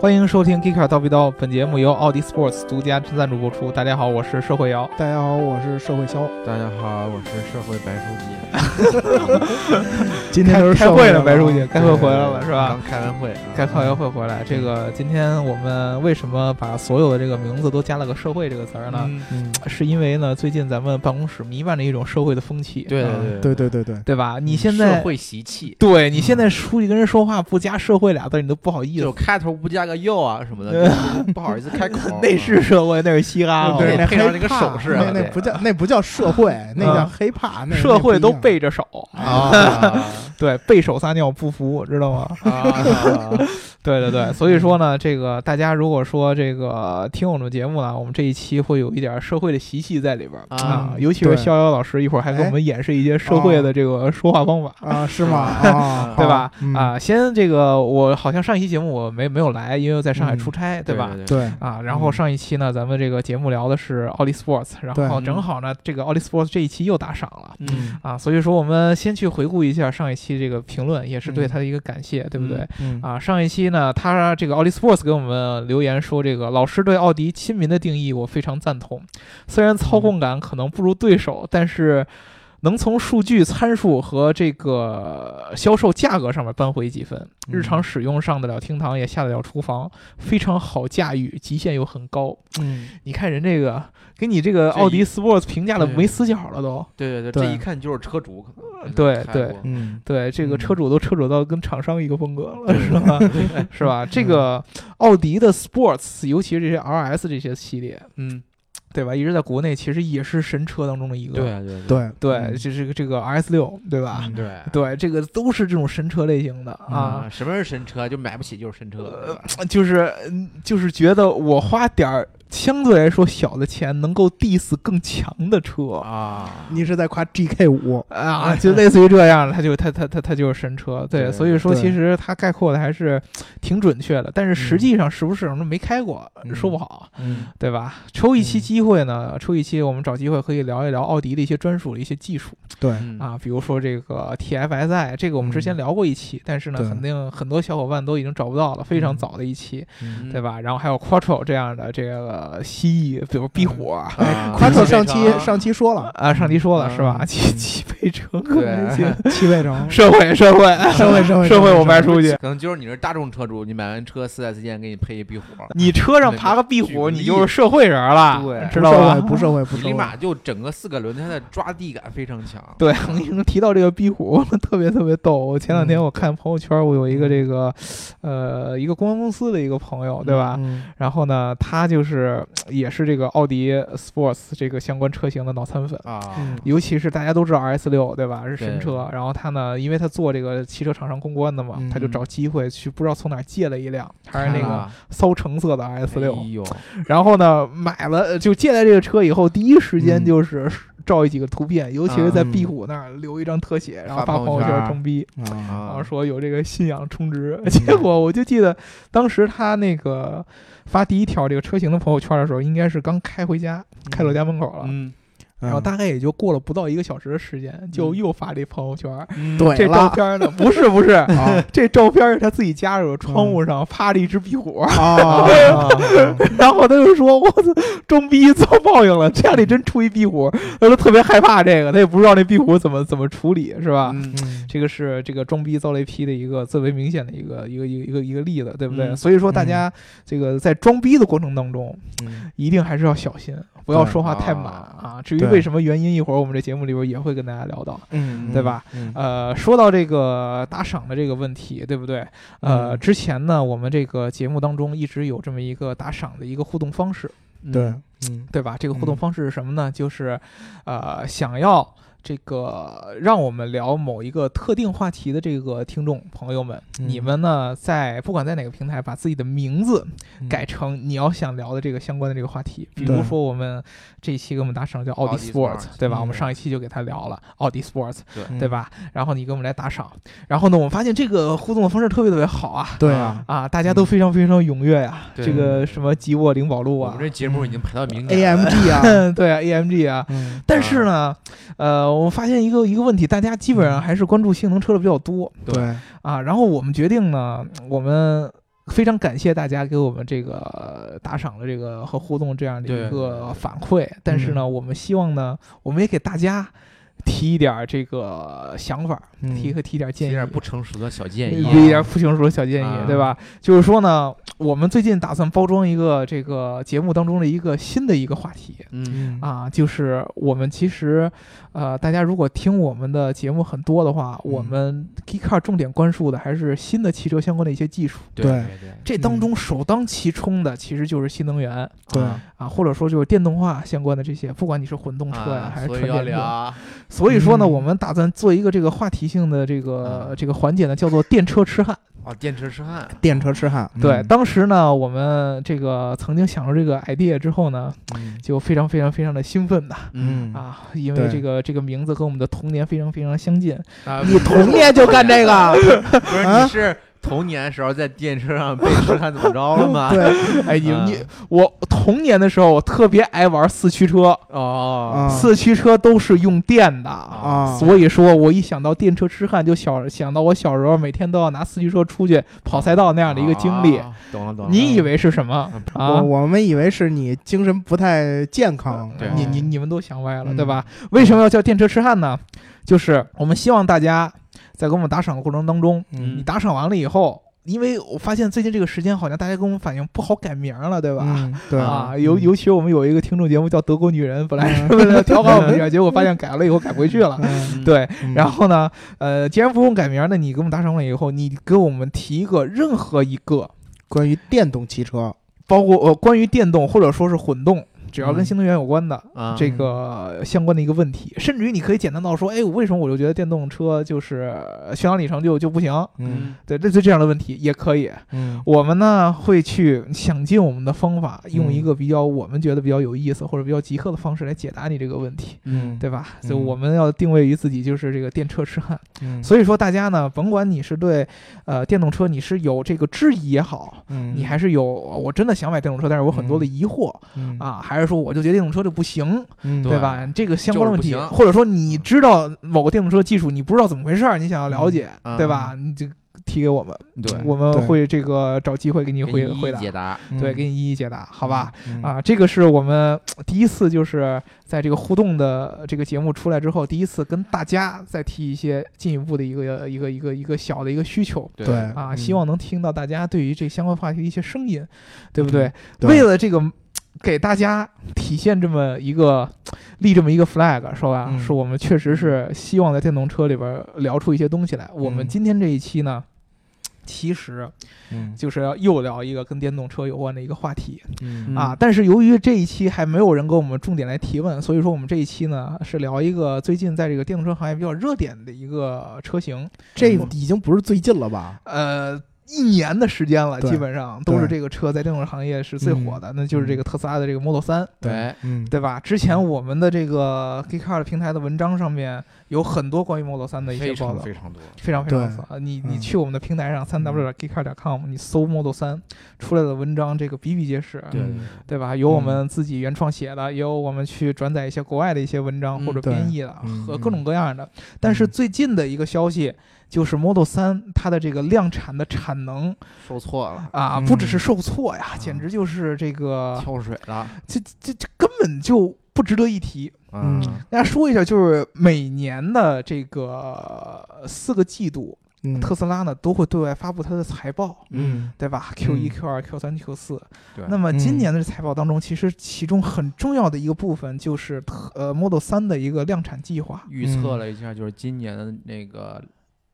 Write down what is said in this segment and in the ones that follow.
欢迎收听《Geeker 刀逼刀》，本节目由奥迪 Sports 独家赞助播出。大家好，我是社会摇。大家好，我是社会肖。大家好，我是社会白书记，今开天都是开社会了哦了，吗白书记，开会回来了是吧？刚开完会，该开完会回来。这个今天我们为什么把所有的这个名字都加了个“社会”这个词儿呢？ 嗯，嗯，是因为呢，最近咱们办公室弥漫着一种社会的风气，嗯对啊对对对对对，对吧？你你现在社会习气，对你现在出去跟人说话不加“社会”俩字儿，你都不好意就思。。开头不加个又啊什么的，就不好意思开口 啊那是社会，那是嘻哈哦，嗯对得那啊配上 hip 这个 hop，手势啊那那对不叫那不叫社会，那叫 hiphop，那社会都被背着手，啊对，背手撒尿不服，知道吗？啊，对对对，所以说呢，这个大家如果说这个听我们的节目呢，我们这一期会有一点社会的习气在里边儿啊尤其是对逍遥老师一会儿还给我们演示一些社会的这个说话方法，啊 是吗？啊，对吧？嗯啊，先这个我好像上一期节目我没没有来，因为我在上海嗯出差，对吧？对，啊，然后嗯上一期呢，咱们这个节目聊的是奥利 Sports，然对后嗯正好呢，这个奥利 Sports 这一期又打赏了嗯，啊，所以说我们先去回顾一下上一期这个评论，也是对嗯他的一个感谢，对不对嗯？嗯啊，上一期呢，他这个奥利 Sports 给我们留言说，这个老师对奥迪亲民的定义我非常赞同，虽然嗯操控感可能不如对手，但是能从数据参数和这个销售价格上面扳回几分，嗯日常使用上得了厅堂也下得了厨房，非常好驾驭，极限又很高。嗯，你看人这个给你这个这奥迪一 Sports 评价的对没死角了都，对对对，对这一看就是车主，可能对开过对嗯对，这个嗯车主都车主到跟厂商一个风格了，是吧？ 是吧？这个奥迪的 Sports，尤其是这些 RS 这些系列，嗯，对吧？一直在国内其实也是神车当中的一个。对对对对，这是这个 RS 六，对吧？嗯对对，这个都是这种神车类型的啊啊，。什么是神车？就买不起就是神车，对呃吧，就是嗯就是觉得我花点儿相对来说小的钱，能够 diss 更强的车啊，你是在夸 GK 五， 啊，就类似于这样，他就他他他他就是神车。对，对所以说对其实他概括的还是挺准确的，但是实际上是不是我们没开过，嗯说不好。嗯对吧？抽一期嗯机会呢，抽一期我们找机会可以聊一聊奥迪的一些专属的一些技术对，嗯，啊，比如说这个 TFSI，这个我们之前嗯聊过一期，但是呢，对肯定很多小伙伴都已经找不到了，非常嗯早的一期，嗯对吧？然后还有 Quattro 这样的这个蜥蜴，比嗯如壁虎。啊哎夸这 克上期长上期说了，啊，上期说了、嗯是吧？嗯骑骑配车可能性，七位成 社会社会社会社会哎社会，我卖白出去。可能就是你是大众车主，你买完车四 S 店给你配一壁虎，你车上那爬就个壁举个虎，你例就是社会人儿了，对知不道社会吧？不社会不你社立马会，就整个四个轮胎的抓地感非常强。 对，你说提到这个壁虎，特别特别逗。我前两天嗯我看朋友圈，我有一个这个，呃，一个公关公司的一个朋友，对吧？嗯然后呢，他就是也是这个奥迪 Sports 这个相关车型的脑残粉。啊，嗯尤其是大家都知道 RS 六对吧是神对车，然后他呢，因为他做这个汽车厂商公关的嘛，他就嗯找机会去不知道从哪儿借了一辆，还是那个啊骚橙色的 RS 六、啊哎呦，然后呢，买了就借来这个车以后，第一时间就是 照几个图片，尤其是在嗯壁虎那儿留一张特写，然后发发朋朋友友圈圈装逼，啊然啊后说有这个信仰充值。 结果我就记得当时他那个发第一条这个车型的朋友圈的时候，应该是刚开回家，开到家门口了。嗯，然后大概也就过了不到一个小时的时间，就又发这朋友圈。嗯对这照了片呢？不是不是，啊这照片是他自己家里边窗户上趴着一只壁虎， 啊，然后他就说：“我操，装逼遭报应了，家里真出一壁虎。”他说特别害怕这个，他也不知道那壁虎怎么怎么处理，是吧？嗯这个是这个装逼遭雷劈的一个最为明显的一个一个一个一个一个例子，对不对？嗯所以说大家这个在装逼的过程当中，嗯一定还是要小心，不要对说话太满啊啊。至于对为什么原因，一会儿我们这节目里边也会跟大家聊到。嗯对吧？嗯呃，说到这个打赏的这个问题，对不对？呃，嗯之前呢，我们这个节目当中一直有这么一个打赏的一个互动方式，对，嗯对吧？这个互动嗯方式是什么呢？就是，呃，想要这个让我们聊某一个特定话题的这个听众朋友们，嗯你们呢在不管在哪个平台，把自己的名字嗯改成你要想聊的这个相关的这个话题，比对如说我们这一期给我们打赏叫奥奥迪迪 Sports， Sports，对吧？嗯我们上一期就给他聊了奥迪 Sports，嗯对吧？然后你给我们来打赏，然后呢，我们发现这个互动的方式特别特别好啊。对啊啊，大家都非常非常踊跃呀、对这个什么吉沃灵宝路我啊们，这节目已经排到明年了，AMG 啊，嗯，对啊，AMG 啊，嗯但是啊呢，呃，我发现一个一个问题，大家基本上还是关注性能车的比较多对，啊。然后我们决定呢，我们非常感谢大家给我们这个呃打赏的这个和互动这样的对嗯一个反馈，但是呢，我们希望呢，我们也给大家提一点儿这这个想法，嗯提和提点儿有建点议，嗯不成熟的小建一议啊，点儿不成熟的小建议，啊对吧？就是说呢，我们最近打算包装一个这个节目当中的一个新的一个话题，嗯，嗯，啊，就是我们其实，呃，大家如果听我们的节目很多的话，我嗯们 Geekcar 重点关注的还是新的汽车相关的一些技术。对对对，这当中首当其冲的其实就是新能源嗯对啊啊，或者说就是电动化相关的这些，不管你是混动车呀、啊还是所纯以要电动。聊所以说呢，嗯我们打算做一个这个话题性的这个、啊这个环节呢，叫做电车痴汉。哦，电车痴汉，电车痴嗯汉，嗯对，当时呢，我们这个曾经想出这个 idea 之后呢，嗯就非常非常非常的兴奋呐。嗯啊，因为对这个这个名字和我们的童年非常非常相 近。啊， 你童年就干这个，不是啊你是童年时候在电车上被痴汉怎么着了 吗？对，哎，你啊你我童年的时候，我特别爱玩四驱车，啊哦，四驱车都是用电的。啊，所以说，我一想到电车痴汉，就小想到我小时候每天都要拿四驱车出去跑赛道那样的一个经历。啊，懂了懂了。你以为是什么嗯 啊我？我们以为是你精神不太健康，对你你你们都想歪了，嗯对吧？为什么要叫电车痴汉呢？就是我们希望大家在给我们打赏的过程当中，嗯你打赏完了以后，因为我发现最近这个时间好像大家跟我们反映不好改名了，对吧？嗯对啊，嗯尤尤其我们有一个听众节目叫《德国女人》，本来是为了调侃我们一 下，结果发现改了以后改不回去了。嗯嗯，对，嗯然后呢，呃，既然不用改名，那你给我们打赏了以后，你给我们提一个任何一个，关于电动汽车，包括呃关于电动或者说是混动，只要跟嗯新能源有关的，啊，这个相关的一个问题，甚至于你可以简单到说，哎，我为什么我就觉得电动车就是呃续航里程就就不行？嗯对，类似这样的问题也可以。嗯我们呢会去想尽我们的方法，用一嗯个比较我们觉得比较有意思或者比较极客的方式来解答你这个问题，嗯，对吧？所以嗯我们要定位于自己就是这个电车痴汉。嗯，所以说大家呢，甭管你是对呃电动车你是有这个质疑也好，嗯你还是有我真的想买电动车，但是我很多的疑惑嗯啊，还是说我就觉得电动车就不行。嗯对吧？这个相就关的问是不题，行或者说你知道某个电动车技术，你不知道怎么回事儿，你想要了解，嗯对吧？你就提给我们，对，我们对会这个找机会给你给回你一一回答，解答，嗯对，给你一一解答，好吧？？嗯，啊，这个是我们呃第一次，就是在这个互动的这个节目出来之后，第一次跟大家再提一些进一步的一个一个一个一个小的一个需求对对啊，嗯希望能听到大家对于这相关话题的一些声音，对不对？对为了这个，给大家体现这么一个立这么一个 flag，说吧，嗯是我们确实是希望在电动车里边聊出一些东西来。我们嗯今天这一期呢，其实嗯就是要又聊一个跟电动车有关的一个话题嗯啊。但是由于这一期还没有人给我们重点来提问，所以说我们这一期呢是聊一个最近在这个电动车行业比较热点的一个车型，嗯这嗯个已经不是最近了吧？呃。一年的时间了，对基本上都是对这个车在电动车行业是最火的，那就是这个特斯拉的这个 Model 三。对，嗯，对吧？之前我们的这个 Geekcar 的平台的文章上面有很多关于 Model 3的一些非报常道，非常多，非常非常对多。你嗯你去我们的平台上三 w 点 geekcar 点 com，你搜 Model 3出来的文章，这个比比皆是，对对嗯对吧？有我们自己原创写的，也有我们去转载一些国外的一些文章嗯或者对编译的，嗯和嗯各种各样的。但是最近的一个消息就是 Model 3它的这个量产的产能受挫了，啊，嗯啊不只是受挫呀，简直就是这个跳水了，这这这根本就不值得一提。嗯啊大家说一下，就是每年的这个呃四个季度，嗯特斯拉呢都会对外发布它的财报，嗯对吧？Q 一、嗯 Q 二、Q 三、Q 四。对那么今嗯年的财报当中，其实其中很重要的一个部分就是特呃 Model 三的一个量产计划。预测了一下，就是今年的那个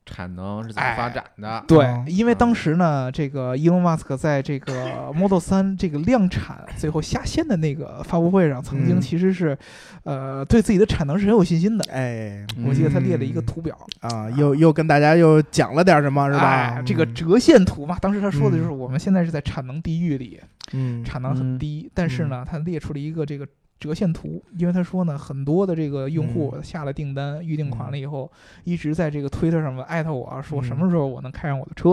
产能是怎么发展的，对哦，因为嗯当时呢，这个伊隆马斯克在这 个 Model 三这个量产最后下线的那个发布会上，曾经嗯其实是，呃，对自己的产能是很有信心的。哎，我记得他列了一个嗯图表，啊，又又跟大家又讲了点什么，是吧哎？这个嗯折线图嘛，当时他说的就是嗯我们现在是在产能地狱里，嗯产能很低，但是呢，他列出了一个这个折线图，因为他说呢，很多的这个用嗯户下了订单、预定款了以后，一直在这个推特上面艾特我啊说嗯什么时候我能开上我的车，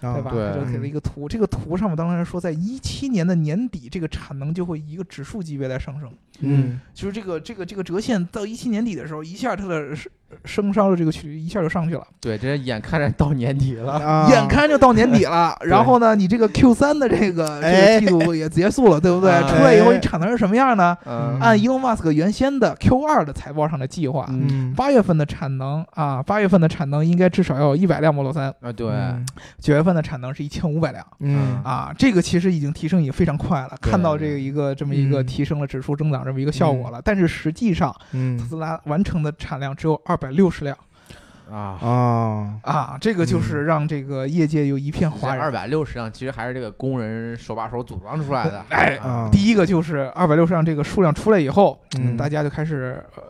啊对吧？对他就给了一个图，这个图上面当然说，在一七年的年底，这个产能就会以一个指数级别来上升。嗯就是这个这个这个折线到一七年底的时候，一下它的升烧的这个曲一下就上去了，对，这眼看着到年底了，啊，眼看就到年底 了。然后呢，你这个 Q 三的这个这个哎季度也结束了，对不对？哎出来以后，你产能是什么样呢？嗯，按 Elon Musk 原先的 Q 二的财报上的计划，嗯，八月份的产能啊，八月份的产能应该至少要有一百辆 Model 三，啊，对，嗯九月份的产能是一千五百辆。嗯啊，这个其实已经提升已经非常快了，对看到这个一个这么一个嗯提升了指数增长这么一个效果了。但是实际上，特嗯斯拉完成的产量只有二百六十辆啊，啊，啊，这个就是让这个业界有一片哗然。二百六十辆其实还是这个工人手把手组装出来的，哎哦啊，第一个就是二百六十辆这个数量出来以后，嗯大家就开始，呃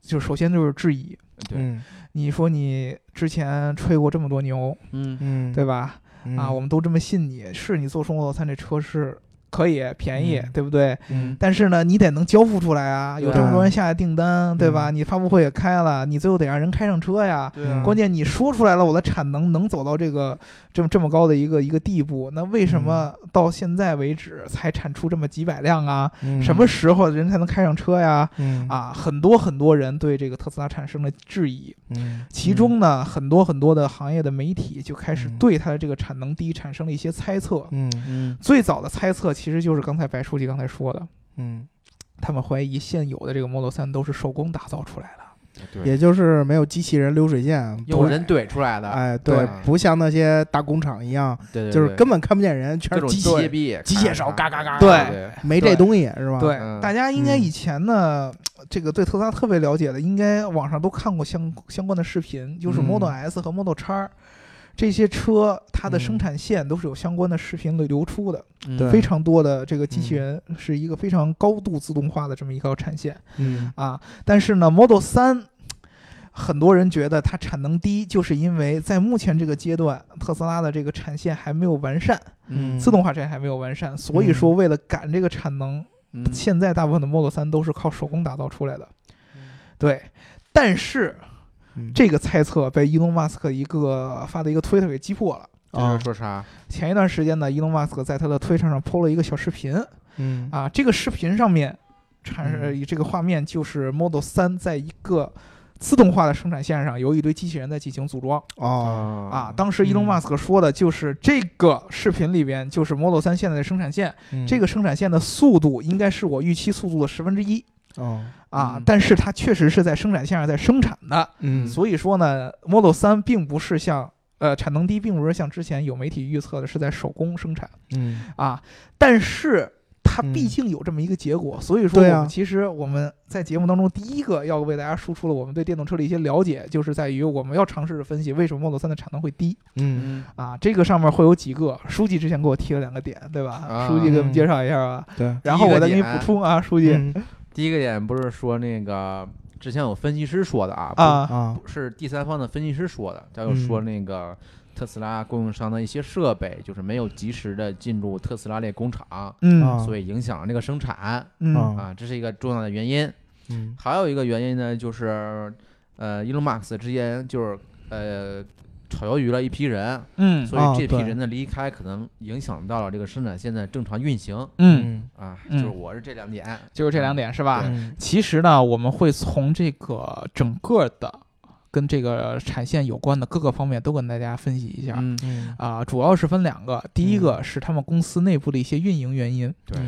就首先就是质疑，对，嗯你说你之前吹过这么多牛，嗯，嗯，对吧？嗯啊，我们都这么信你，是你做中国三这车是可以便宜，嗯对不对？嗯但是呢，你得能交付出来啊，有对这啊么多人下来订单，对吧？你发布会也开了，你最后得让人开上车呀。对啊，关键你说出来了，我的产能能走到这个这么这么高的一个一个地步，那为什么到现在为止才产出这么几百辆啊？嗯什么时候人才能开上车呀？嗯啊，很多很多人对这个特斯拉产生了质疑，嗯其中呢，很多很多的行业的媒体就开始嗯对它的这个产能低产生了一些猜测。嗯嗯最早的猜测其实就是刚才白书记刚才说的，嗯，他们怀疑现有的这个 Model 3都是手工打造出来的。对，也就是没有机器人流水线，用人怼出来的，哎，对对，不像那些大工厂一样，对，对就是对根本看不见人，全是各种机械器，臂、机械手咔嘎嘎嘎对对没这东西是吧？对，嗯大家应该以前呢，这个对特斯拉特别了解的，应该网上都看过相相关的视频，就是嗯 Model S 和 Model X。这些车它的嗯生产线都是有相关的视频流流出的，嗯对非常多的这个机器人是一个非常高度自动化的这么一条产线嗯啊。但是呢，Model 3，很多人觉得它产能低，就是因为在目前这个阶段，特斯拉的这个产线还没有完善，嗯自动化产业还没有完善，所以说为了赶这个产能，嗯现在大部分的 Model 3都是靠手工打造出来的嗯。对，但是嗯这个猜测被伊隆马斯克一个发的一个推特给击破了。哦这是说啥？前一段时间呢，伊隆马斯克在他的推特上 PO 了一个小视频嗯啊，这个视频上面产呃嗯这个画面就是 Model 3在一个自动化的生产线上，由一堆机器人在进行组装。哦啊，，当时伊隆嗯马斯克说的就是这个视频里边，就是 Model 3现在的生产线，嗯这个生产线的速度应该是我预期速度的十分之一哦啊嗯，但是它确实是在生产线上在生产的，嗯所以说呢，Model 3并不是像呃产能低，并不是像之前有媒体预测的是在手工生产嗯啊，但是。它嗯毕竟有这么一个结果，所以说对我啊们其实我们在节目当中第一个要为大家输出了我们对电动车的一些了解，就是在于我们要尝试着分析为什么 Model 3的产能会低。嗯嗯啊，这个上面会有几个，书记之前给我提了两个点，对吧？啊书记给我们介绍一下吧，对，然后我再给你第补一个点充啊，书记。嗯第一个点不是说那个之前有分析师说的啊，啊啊不是第三方的分析师说的，他又嗯说那个特斯拉供应商的一些设备就是没有及时的进入特斯拉这工厂，嗯啊所以影响了这个生产嗯啊啊，这是一个重要的原因。嗯还有一个原因呢，就是呃，伊隆马斯之前就是呃炒鱿鱼了一批人，嗯所以啊这批对人的离开可能影响到了这个生产线的正常运行嗯，啊，就嗯是我是这两点，就是这两点是吧？嗯其实呢，我们会从这个整个的跟这个产线有关的各个方面都跟大家分析一下。嗯，嗯啊、主要是分两个，第一个是他们公司内部的一些运营原因，对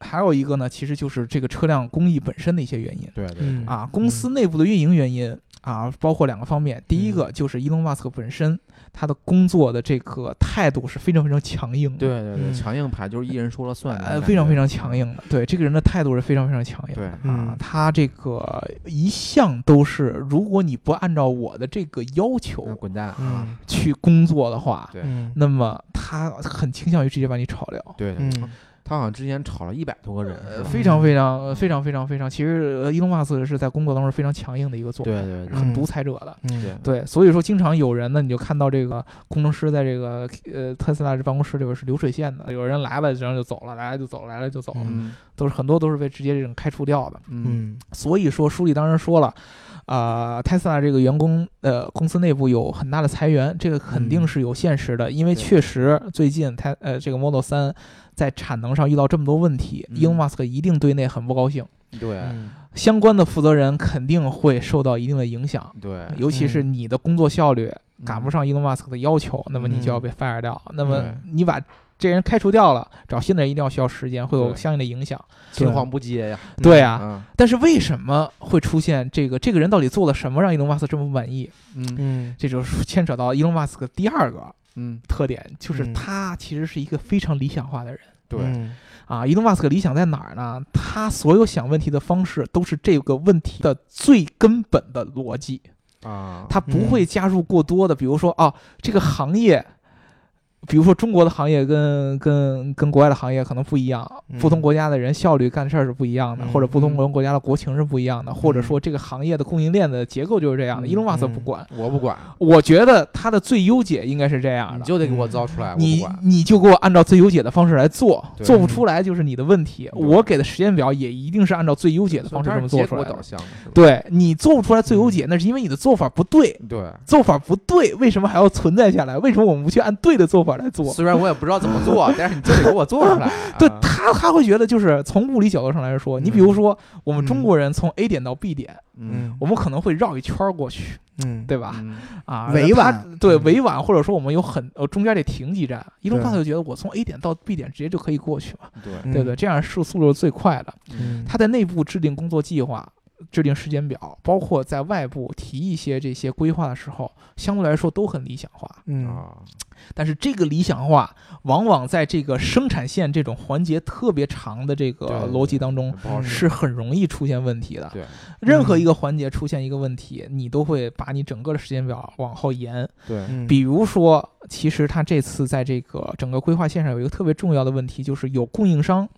还有一个呢，其实就是这个车辆工艺本身的一些原因。对对对嗯啊，公司内部的运营原因啊，包括两个方面。第一嗯个就是伊隆马斯克本身他的工作的这个态度是非常非常强硬的，，对对对，嗯强硬派就是一人说了算的呃，感觉，非常非常强硬的。对，这个人的态度是非常非常强硬的。对啊嗯，他这个一向都是，如果你不按照我的这个要那求滚蛋啊！嗯去工作的话，对嗯那么他很倾向于直接把你炒掉。对对，嗯他好像之前炒了一百多个人，是呃，吧非常非常非常非常非常，其实呃伊隆马斯克是在工作当中非常强硬的一个做法，对对对很嗯独裁者的。对嗯对，所以说经常有人呢，你就看到这个工程师在这个呃特斯拉这办公室里边是流水线的，有人来了然后就走了，来了就走，来了就走，嗯嗯都是很多都是被直接这种开除掉的。嗯嗯所以说书里当时说了，啊、特斯拉这个员工呃公司内部有很大的裁员，这个肯定嗯是有现实的，因为对确实最近它呃这个 Model 3在产能上遇到这么多问题，嗯伊隆马斯克一定对内很不高兴，嗯对相关的负责人肯定会受到一定的影响，对，尤其嗯是你的工作效率哎赶不上，上伊隆马斯克的要求，那么你就要被 fire 掉，那么嗯对你把这人开除掉了，找新的人一定要需要时间，会有对嗯相应的影响。青黄不接呀，对啊，嗯但是为什么会出现这个？这个人到底做了什么让伊隆马斯克这么不满意？嗯嗯这就是牵扯到伊隆马斯克第二个嗯，特点，就是嗯他其实是一个非常理想化的人对，啊。伊隆马斯克理想在哪儿呢？他所有想问题的方式都是这个问题的最根本的逻辑，啊，他不会加入过多的，比如说啊，这个行业。比如说中国的行业跟跟跟国外的行业可能不一样，嗯不同国家的人效率干事儿是不一样的，嗯或者不同国家的国情是不一样的，或者嗯说这个行业的供应链的结构就是这样的。嗯伊隆马斯克不嗯管，我不管，啊我觉得他的最优解应该是这样你的，就得给我造出来，我不你管，你就给我按照最优解的方式来做，对做不出来就是你的问题。对我给的时间表也一定是按照最优解的方所以式它这是么结做出果来导的。向的，是吧？对你做不出来最优解，那是因为你的做法不对，对，做法不对，为什么还要存在下来？为什么我们不去按对的做法来做？，虽然我也不知道怎么做，但是你就得给我做出 来啊对他，他会觉得就是从物理角度上来说，你比如说我们中国人从 A 点到 B 点，嗯我们可能会绕一圈儿过去，嗯对吧？嗯啊，委他婉对嗯委婉，或者说我们有很呃中间得停几站，一路对发就觉得我从 A 点到 B 点直接就可以过去嘛，对，嗯对不对？这样速速度是最快的。嗯他在内部制定工作计划、制定时间表，包括在外部提一些这些规划的时候，相对来说都很理想化。嗯啊，但是这个理想化往往在这个生产线这种环节特别长的这对个对逻辑当中很。不好使，是很容易出现问题的。对任何嗯一个环节出现一个问题，你都会把你整个的时间表往后延。对，嗯比如说，其实他这次在这个整个规划线上有一个特别重要的问题，就是有供应商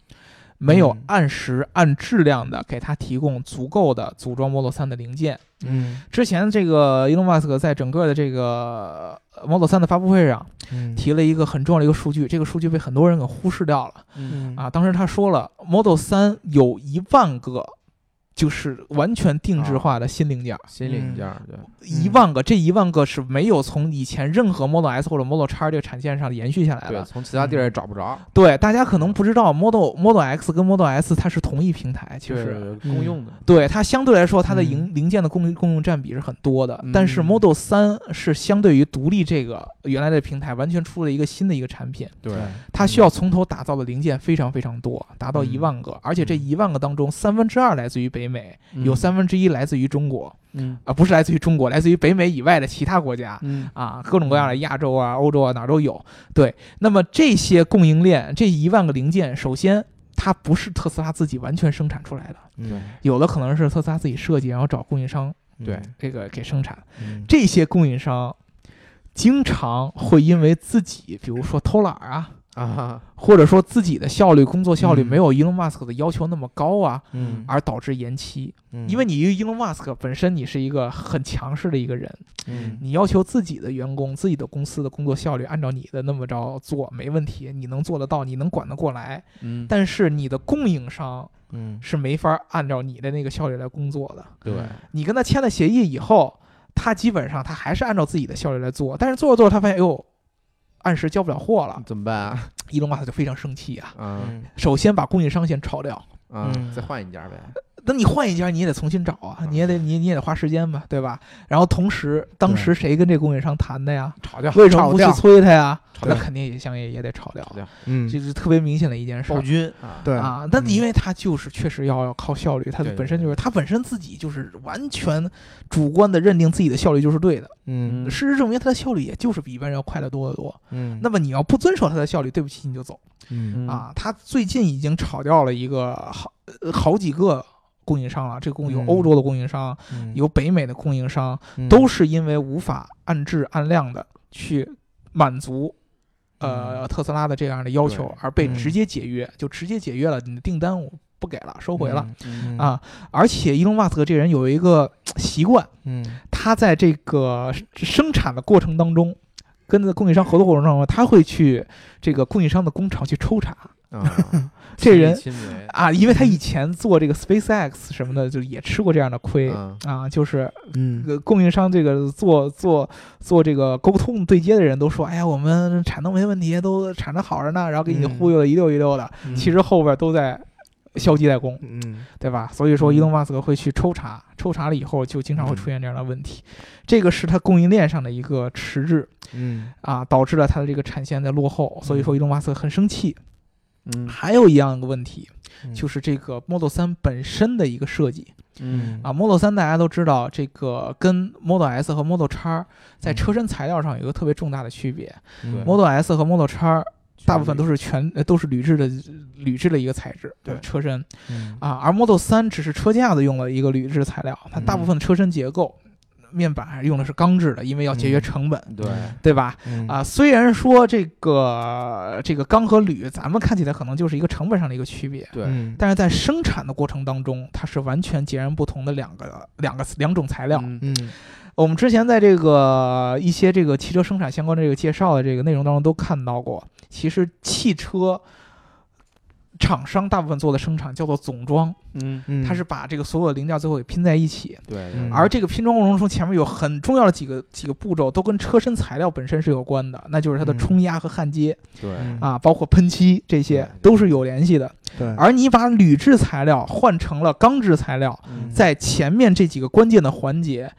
没有嗯按时按质量的给他提供足够的组装 Model 3的零件。嗯之前这个 Elon Musk 在整个的这个呃 Model 3的发布会上嗯提了一个很重要的一个数据，这个数据被很多人给忽视掉了嗯啊。当时他说了，Model 3有一万个。就是完全定制化的新零件，新零件儿，对，一万个，这一万个是没有从以前任何 Model S 或者 Model X 这个产线上延续下来对，的。从其他地儿也找不着，对，大家可能不知道 Model Model X 跟 Model S 它是同一平台，其就实。是公用的，对它相对来说，它的嗯零零件的供应供应占比是很多的，嗯但是 Model 三是相对于独立这个原来的平台，完全出了一个新的一个产品，对，它需要嗯从头打造的零件非常非常多，达到一万个，而且嗯这一万个当中，三分之二来自于北美，有三分之一来自于中国，嗯，啊、不是来自于中国，来自于北美以外的其他国家，嗯啊，各种各样的亚洲啊、欧洲啊，哪儿都有。对，那么这些供应链这一万个零件，首先它不是特斯拉自己完全生产出来的，嗯对，有的可能是特斯拉自己设计，然后找供应商对这个给生产。嗯这些供应商经常会因为自己，比如说偷懒儿啊。啊，或者说自己的效率、工作效率嗯没有 Elon Musk 的要求那么高啊，嗯而导致延期。嗯因为你 Elon Musk 本身你是一个很强势的一个人，嗯你要求自己的员工、自己的公司的工作效率按照你的那么着做没问题，你能做得到，你能管得过来。嗯，但是你的供应商嗯是没法按照你的那个效率来工作的。对，你跟他签了协议以后，他基本上他还是按照自己的效率来做，但是做着做着他发现，哎呦，按时交不了货了，怎么办啊？嗯伊隆马斯克就非常生气啊！啊首先把供应商先炒掉，啊嗯，再换一家呗，那你换一家你也得重新找嗯啊，你也得你你也得花时间吧，对吧？然后同时，当时谁跟这供应商谈的呀？啊炒掉，为什么不去炒掉催他呀？炒那掉，肯定也相应也得炒掉，掉嗯这是特别明显的一件事暴儿。君啊，对啊，但因为他就是确实要要靠效率，他对对本身就是他本身自己就是完全主观的认定自己的效率就是对的，嗯事实证明他的效率也就是比一般人要快得多得多。嗯那么你要不遵守他的效率，对不起你就走嗯嗯，啊。他最近已经炒掉了一个好呃好几个供应商了，这个供有嗯欧洲的供应商，嗯有北美的供应商，嗯都是因为无法按质按量的去满足。呃，嗯特斯拉的这样的要求对，而被嗯直接解约，就直接解约了，你的订单我不给了，收回了、嗯啊！而且伊隆马斯克这人有一个嘖习惯，嗯他在这个生产的过程当中，跟供应商合作过程当中，他会去这个供应商的工厂去抽查， 啊，这人亲密亲为啊，因为嗯他以前做这个 SpaceX 什么的，就也吃过这样的亏。嗯啊，就是嗯，呃供应商这个做做做这个沟通对接的人都说，哎呀，我们产能没问题，都产的好着呢，然后给你嗯忽悠的一溜一溜的，其实后边都在消极怠工，嗯，对吧？所以说，伊嗯隆马斯克会去抽查，抽查了以后就经常会出现这样的问题，这个是他供应链上的一个迟滞嗯啊，导致了他的这个产线在落后。所以说，伊隆马斯克很生气。嗯还有一样的问题嗯，就是这个 Model 3本身的一个设计嗯啊。Model 3大家都知道，这个跟 Model S 和 Model X 在嗯车身材料上有一个特别重大的区别。对 Model S 和 Model X 大部分都是是全呃都是铝制的铝制的一个材质，对车身。嗯啊，而 Model 3只是车架子用了一个铝制材料，它大部嗯分车身结构、面板还是用的是钢制的，因为要节约嗯成本，对对吧？嗯啊，虽然说这个这个钢和铝，咱们看起来可能就是一个成本上的一个区别，对，但是在生产的过程当中，它是完全截然不同的两个两个两种材料。嗯嗯我们之前在这个一些这个汽车生产相关的这个介绍的这个内容当中都看到过，其实汽车厂商大部分做的生产叫做总装。嗯嗯，它是把这个所有的零件最后给拼在一起。对，嗯而这个拼装过程中，前面有很重要的几个几个步骤，都跟车身材料本身是有关的，那就是它的嗯冲压和焊接、对嗯啊，包括喷漆这些对都是有联系的。对，而你把铝制材料换成了钢制材料，嗯在前面这几个关键的环节。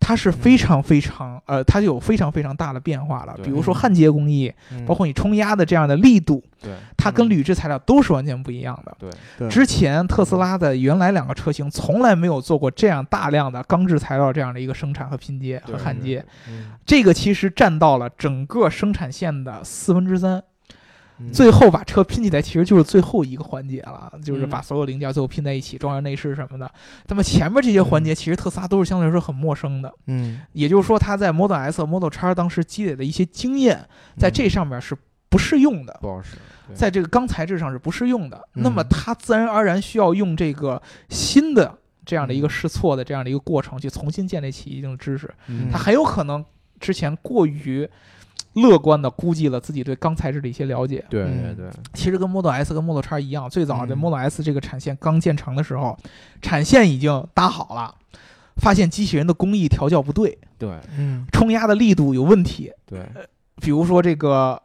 它是非常非常呃，它有非常非常大的变化了。嗯对嗯比如说焊接工艺，包括你冲压的这样的力度，对它跟嗯铝制材料都是完全不一样的。对，对之前特斯拉的原来两个车型从来没有做过这样大量的钢制材料这样的一个生产和拼接和对焊接，嗯这个其实占到了整个生产线的四分之三。嗯最后把车拼起来，其实就是最后一个环节了，就是嗯把所有零件最后拼在一起，装上内饰什么的。那么前面这些环节，其实特斯拉都是相对来说很陌生的，嗯也就是说，它在 Model S 和 Model X 当时积累的一些经验，在这上面是不适用的。不好使，嗯对在这个钢材质上是不适用的，嗯那么它自然而然需要用这个新的这样的一个试错的这样的一个过程去重新建立起一定的知识，嗯它很有可能之前过于。乐观的估计了自己对钢材质的一些了解，对对嗯对，其实跟 Model S 跟 Model X 一样，最早的嗯 Model S 这个产线刚建成的时候，产线已经搭好了，发现机器人的工艺调教不对，对嗯冲压的力度有问题，对，比如说这个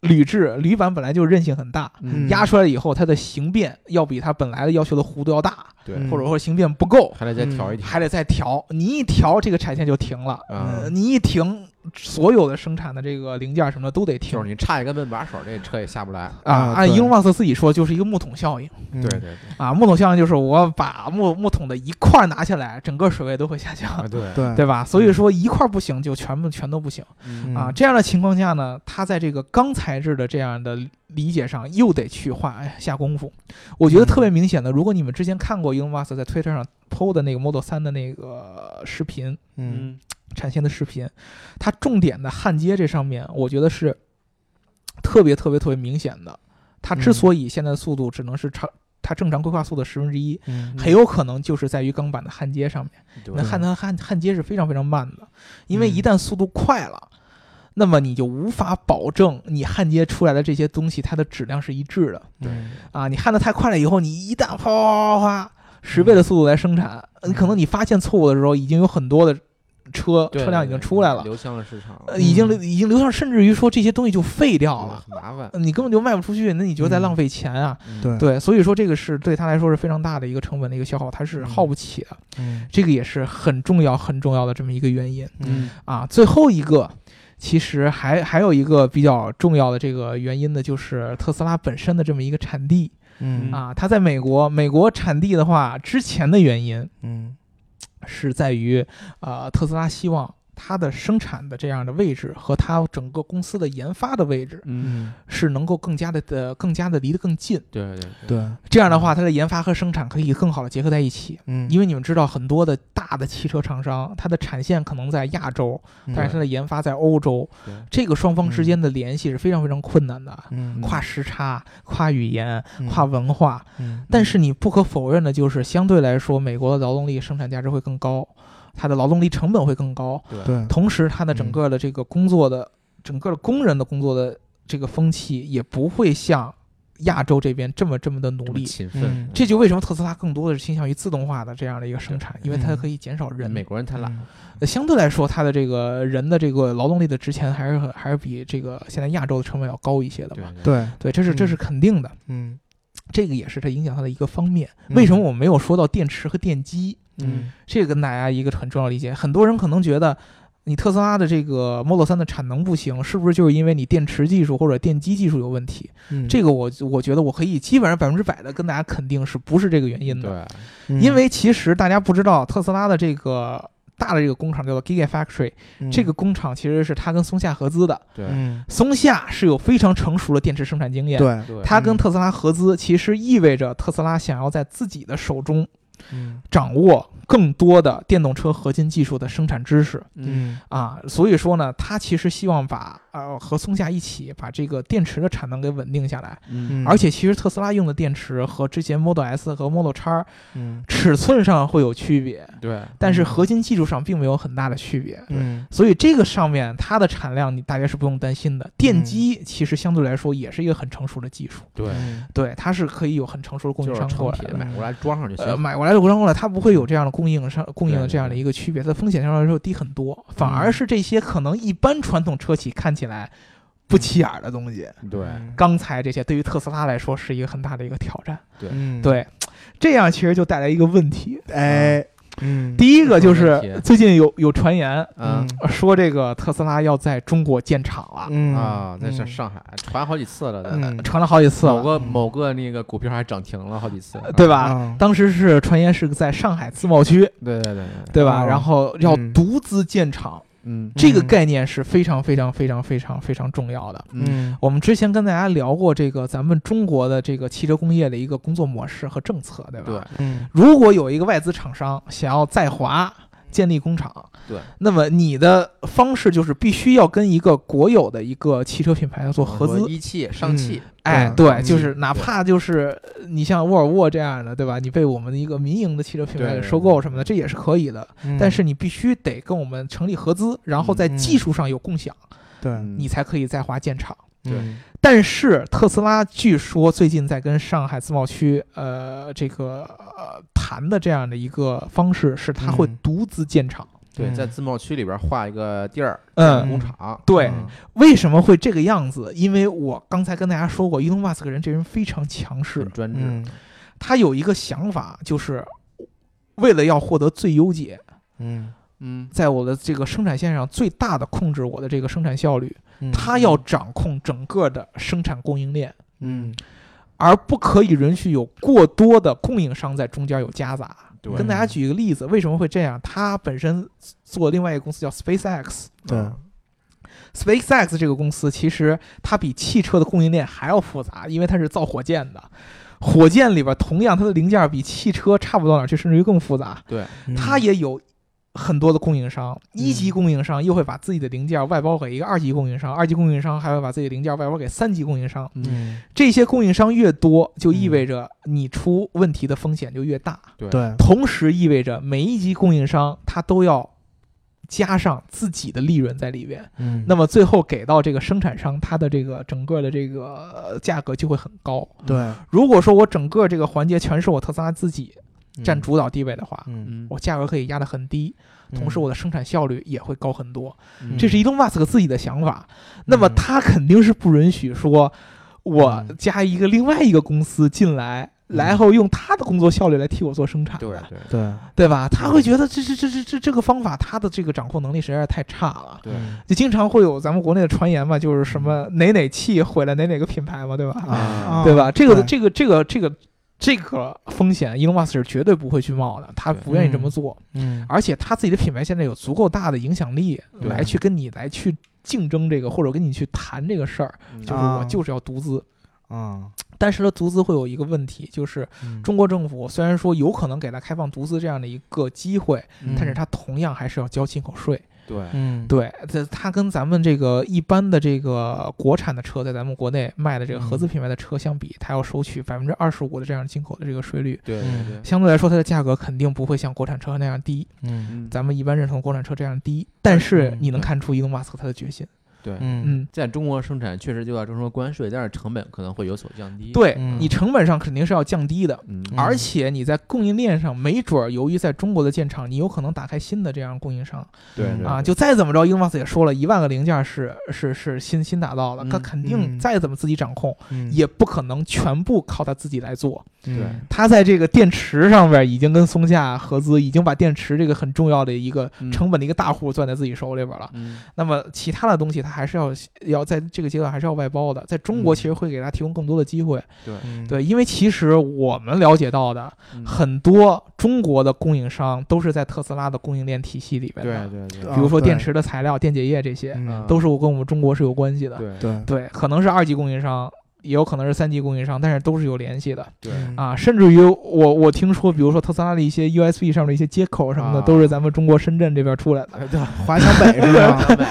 铝制铝板本来就韧性很大，嗯压出来以后，它的形变要比它本来的要求的弧度要大，对，嗯或者说形变不够，嗯还得再调一调还得再调。你一调，这个产线就停了。啊呃，你一停，所有的生产的这个零件什么的都得停就是你差一根门把手，这车也下不来。啊。啊按对伊隆马斯克自己说，就是一个木桶效应嗯对对对，啊。木桶效应就是我把木木桶的一块儿拿下来，整个水位都会下降，啊对对对吧？所以说一块儿不行，就全部全都不行嗯啊。嗯这样的情况下呢，他在这个钢材质的这样的理解上又得去花哎下功夫。我觉得特别嗯明显的，如果你们之前看过 Elon Musk 在推特上 PO 的那个 Model 3的那个视频，嗯产线的视频，它重点的焊接这上面，我觉得是特别特别特别明显的。它嗯之所以现在的速度只能是超它正常规划速的十分之一，嗯很有可能就是在于钢板的焊接上面。对那焊它焊焊接是非常非常慢的，因为一嗯旦速度快了，那么你就无法保证你焊接出来的这些东西它的质量是一致的对啊。你焊得太快了以后，你一旦哗哗哗哗十嗯倍的速度来生产，你可能你发现错误的时候，已经有很多的车对车辆已对经出来了，流向了市场了，呃，已经嗯已经流向，甚至于说这些东西就废掉对了。很麻烦。呃你根本就卖不出去，那你就在嗯浪费钱啊！嗯对对，所以说这个是对他来说是非常大的一个成本的一个消耗，他是嗯耗不起的。嗯这个也是很重要、很重要的这么一个原因嗯啊。最后一个，其实还还有一个比较重要的这个原因呢，就是特斯拉本身的这么一个产地嗯啊。它在美国，美国产地的话，之前的原因嗯是在于，呃，特斯拉希望它的生产的这样的位置和它整个公司的研发的位置嗯，嗯是能够更加的的更加的离得更近。对对对这样的话，它的研发和生产可以更好的结合在一起。嗯因为你们知道，很多的大的汽车厂商，它的产线可能在亚洲，嗯但是它的研发在欧洲，对这个双方之间的联系是非常非常困难的，嗯跨时差、跨语言、嗯跨文化。嗯但是你不可否认的就是，相对来说，美国的劳动力生产价值会更高，它的劳动力成本会更高，对对同时它的整嗯个的这个工作的、整个的工人的工作的这个风气也不会像亚洲这边这么这么的努这么力。勤奋嗯，这就为什么特斯拉更多的是倾向于自动化的这样的一个生产，因为它嗯可以减少人。美国人太懒，呃相对来说，它的这个人的这个劳动力的值钱还是很还是比这个现在亚洲的成本要高一些的对嘛。对对，嗯对，这是这是肯定的，嗯，这个也是它影响它的一个方面。嗯为什么我们没有说到电池和电机？嗯这个大家一个很重要的理解。很多人可能觉得，你特斯拉的这个 Model 3的产能不行，是不是就是因为你电池技术或者电机技术有问题？嗯，这个我我觉得我可以基本上百分之百的跟大家肯定是不是这个原因的，对，嗯因为其实大家不知道特斯拉的这个。大的这个工厂叫做 Gigafactory，、嗯这个工厂其实是它跟松下合资的。对，嗯，松下是有非常成熟的电池生产经验，对，对，它跟嗯特斯拉合资，其实意味着特斯拉想要在自己的手中嗯掌握更多的电动车核心技术的生产知识嗯，嗯啊，所以说呢，它其实希望把呃和松下一起把这个电池的产能给稳定下来，嗯，嗯，而且其实特斯拉用的电池和之前 Model S 和 Model X 嗯尺寸上会有区别，对，但是核心技术上并没有很大的区别。嗯所以这个上面它的产量你大约是不用担心的。电机其实相对来说也是一个很成熟的技术，对，嗯对，它是可以有很成熟的供就应是商成过来品的。买过来装上就呃，行，买过来的无伤过来，它不会有这样的供应商供应的对对这样的一个区别，它的风险相对来说低很多，反而是这些可能一般传统车企看起来不起眼儿的东西，对，嗯刚才这些对于特斯拉来说是一个很大的一个挑战。嗯，对，这样其实就带来一个问题，哎，嗯，第一个就什么问是题最近有有传言嗯说这个特斯拉要在中国建厂了，嗯啊，在嗯上上海传好几次了，在嗯传了好几次某了，个嗯某个那个股票还涨停了好几次，呃对吧？啊，当时是传言是在上海自贸区，对对对对，对吧？哦然后要嗯独资建厂。嗯这个嗯概念是非常非常非常非常非常重要的。嗯我们之前跟大家聊过这个咱们中国的这个汽车工业的一个工作模式和政策，对吧？对。嗯如果有一个外资厂商想要在华建立工厂，对，那么你的方式就是必须要跟一个国有的一个汽车品牌要做合资。一汽、上汽，哎，对对，就嗯是哪怕就是呃你像沃尔沃这样的，对吧？你被我们的一个民营的汽车品牌对给收购什么的，这也是可以的。嗯，但是你必须得跟我们成立合资，然后在嗯技术上有共享。对，你才可以在华建厂。对嗯但是特斯拉据说最近在跟上海自贸区呃这个呃谈的这样的一个方式是，它会嗯独资建厂。对，嗯在自贸区里边画一个地儿，嗯工厂，对嗯为什么会这个样子？因为我刚才跟大家说过，伊隆马斯克人这人非常强势很，专制，嗯他有一个想法，就是为了要获得最优解，嗯，嗯，在我的这个生产线上最大的控制我的这个生产效率，嗯他要掌控整个的生产供应链。嗯而不可以允许有过多的供应商在中间有夹杂。对跟大家举一个例子，为什么会这样？他本身做另外一个公司叫 SpaceX，对，SpaceX 这个公司其实它比汽车的供应链还要复杂，因为它是造火箭的。火箭里边同样它的零件比汽车差不到哪儿去，甚至于更复杂。对，它也有很多的供应商，一级嗯供应商又会把自己的零件外包给一个二级供应商，二级供应商还会把自己的零件外包给三级供应商。嗯这些供应商越多，就意嗯味着你出问题的风险就越大，对对同时意味着每一级供应商他都要加上自己的利润在里边，嗯那么最后给到这个生产商，它的这个整个的这个呃价格就会很高。对如果说我整个这个环节全是我特斯拉自己占主导地位的话，嗯，嗯，我价格可以压得很低，嗯同时我的生产效率也会高很多。嗯这是伊隆马斯克自己的想法，那么他肯定是不允许说，我嗯加一个另外一个公司进来，嗯然后用他的工作效率来替我做 生产对的，对对对吧？他会觉得这这这这这这个方法，他的这个掌控能力实在是太差了。对嗯就经常会有咱们国内的传言嘛，就是什么哪哪气毁了哪哪个品牌嘛，对吧？啊对吧？这个对这个这个这个这个风险，伊隆马斯克是绝对不会去冒的，他对不愿意这么嗯做。嗯而且他自己的品牌现在有足够大的影响力，对来去跟你来去竞争这个，或者跟你去谈这个事儿，嗯就是啊我就是要独资。啊但是呢，独资会有一个问题，就是嗯中国政府虽然说有可能给他开放独资这样的一个机会，嗯但是他同样还是要交进口税。对嗯对，这它跟咱们这个一般的这个国产的车，在咱们国内卖的这个合嗯资品牌的车相比，它要收取百分之二十五的这样进口的这个税率，对嗯对对，相对来说它的价格肯定不会像国产车那样低。嗯嗯咱们一般认同国产车这样低，但是嗯你能看出伊隆马斯克他的决心，对，嗯，嗯，在中国生产确实就要征收关税，但是成本可能会有所降低。，对嗯你成本上肯定是要降低的。嗯，嗯而且你在供应链上，没准儿由于在中国的建厂，你有可能打开新的这样供应商对嗯啊。就再怎么着，英马斯也说了一万个零件儿是是是新新打造的，嗯他肯定嗯再怎么自己掌控，嗯也不可能全部靠他自己来做。对嗯他在这个电池上面已经跟松下合资，已经把电池这个很重要的一个嗯成本的一个大户攥在自己手里边了。嗯那么其他的东西，他还是要要在这个阶段还是要外包的。在中国，嗯其实会给他提供更多的机会。嗯对，因为其实我们了解到的嗯很多中国的供应商都是在特斯拉的供应链体系里边对的，对对啊比如说对电池的材料、电解液这些，嗯都是我跟我们中国是有关系的。对对嗯对，可能是二级供应商，也有可能是三级供应商，但是都是有联系的。 对，嗯啊，甚至于我我听说，比如说特斯拉的一些 USB 上面的一些接口什么的，啊都是咱们中国深圳这边出来的。对，华强北是 吧？两百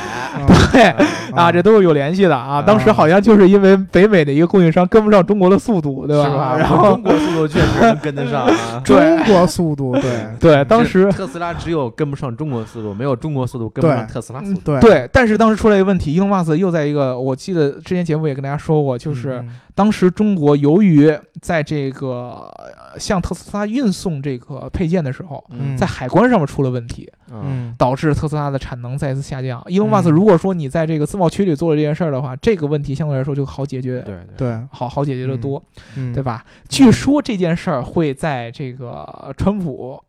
对啊啊，这都是有联系的啊。当时好像就是因为北美的一个供应商跟不上中国的速度，对是吧？然我后。中国速度确实能跟得上啊 中国 速度对对，当时特斯拉只有跟不上中国速度，没有中国速度跟不上特斯拉速度。对嗯对，但是当时出来一个问题，伊隆马斯又在一个，我记得之前节目也跟大家说过，就是嗯当时中国由于在这个呃向特斯拉运送这个配件的时候，嗯在海关上面出了问题，嗯嗯导致特斯拉的产能再次下降。伊隆马斯，嗯如果说你在这个自贸区里做了这件事儿的话，这个问题相对来说就好解决，对对，对好好解决的多，嗯对吧？据说这件事儿会在这个川普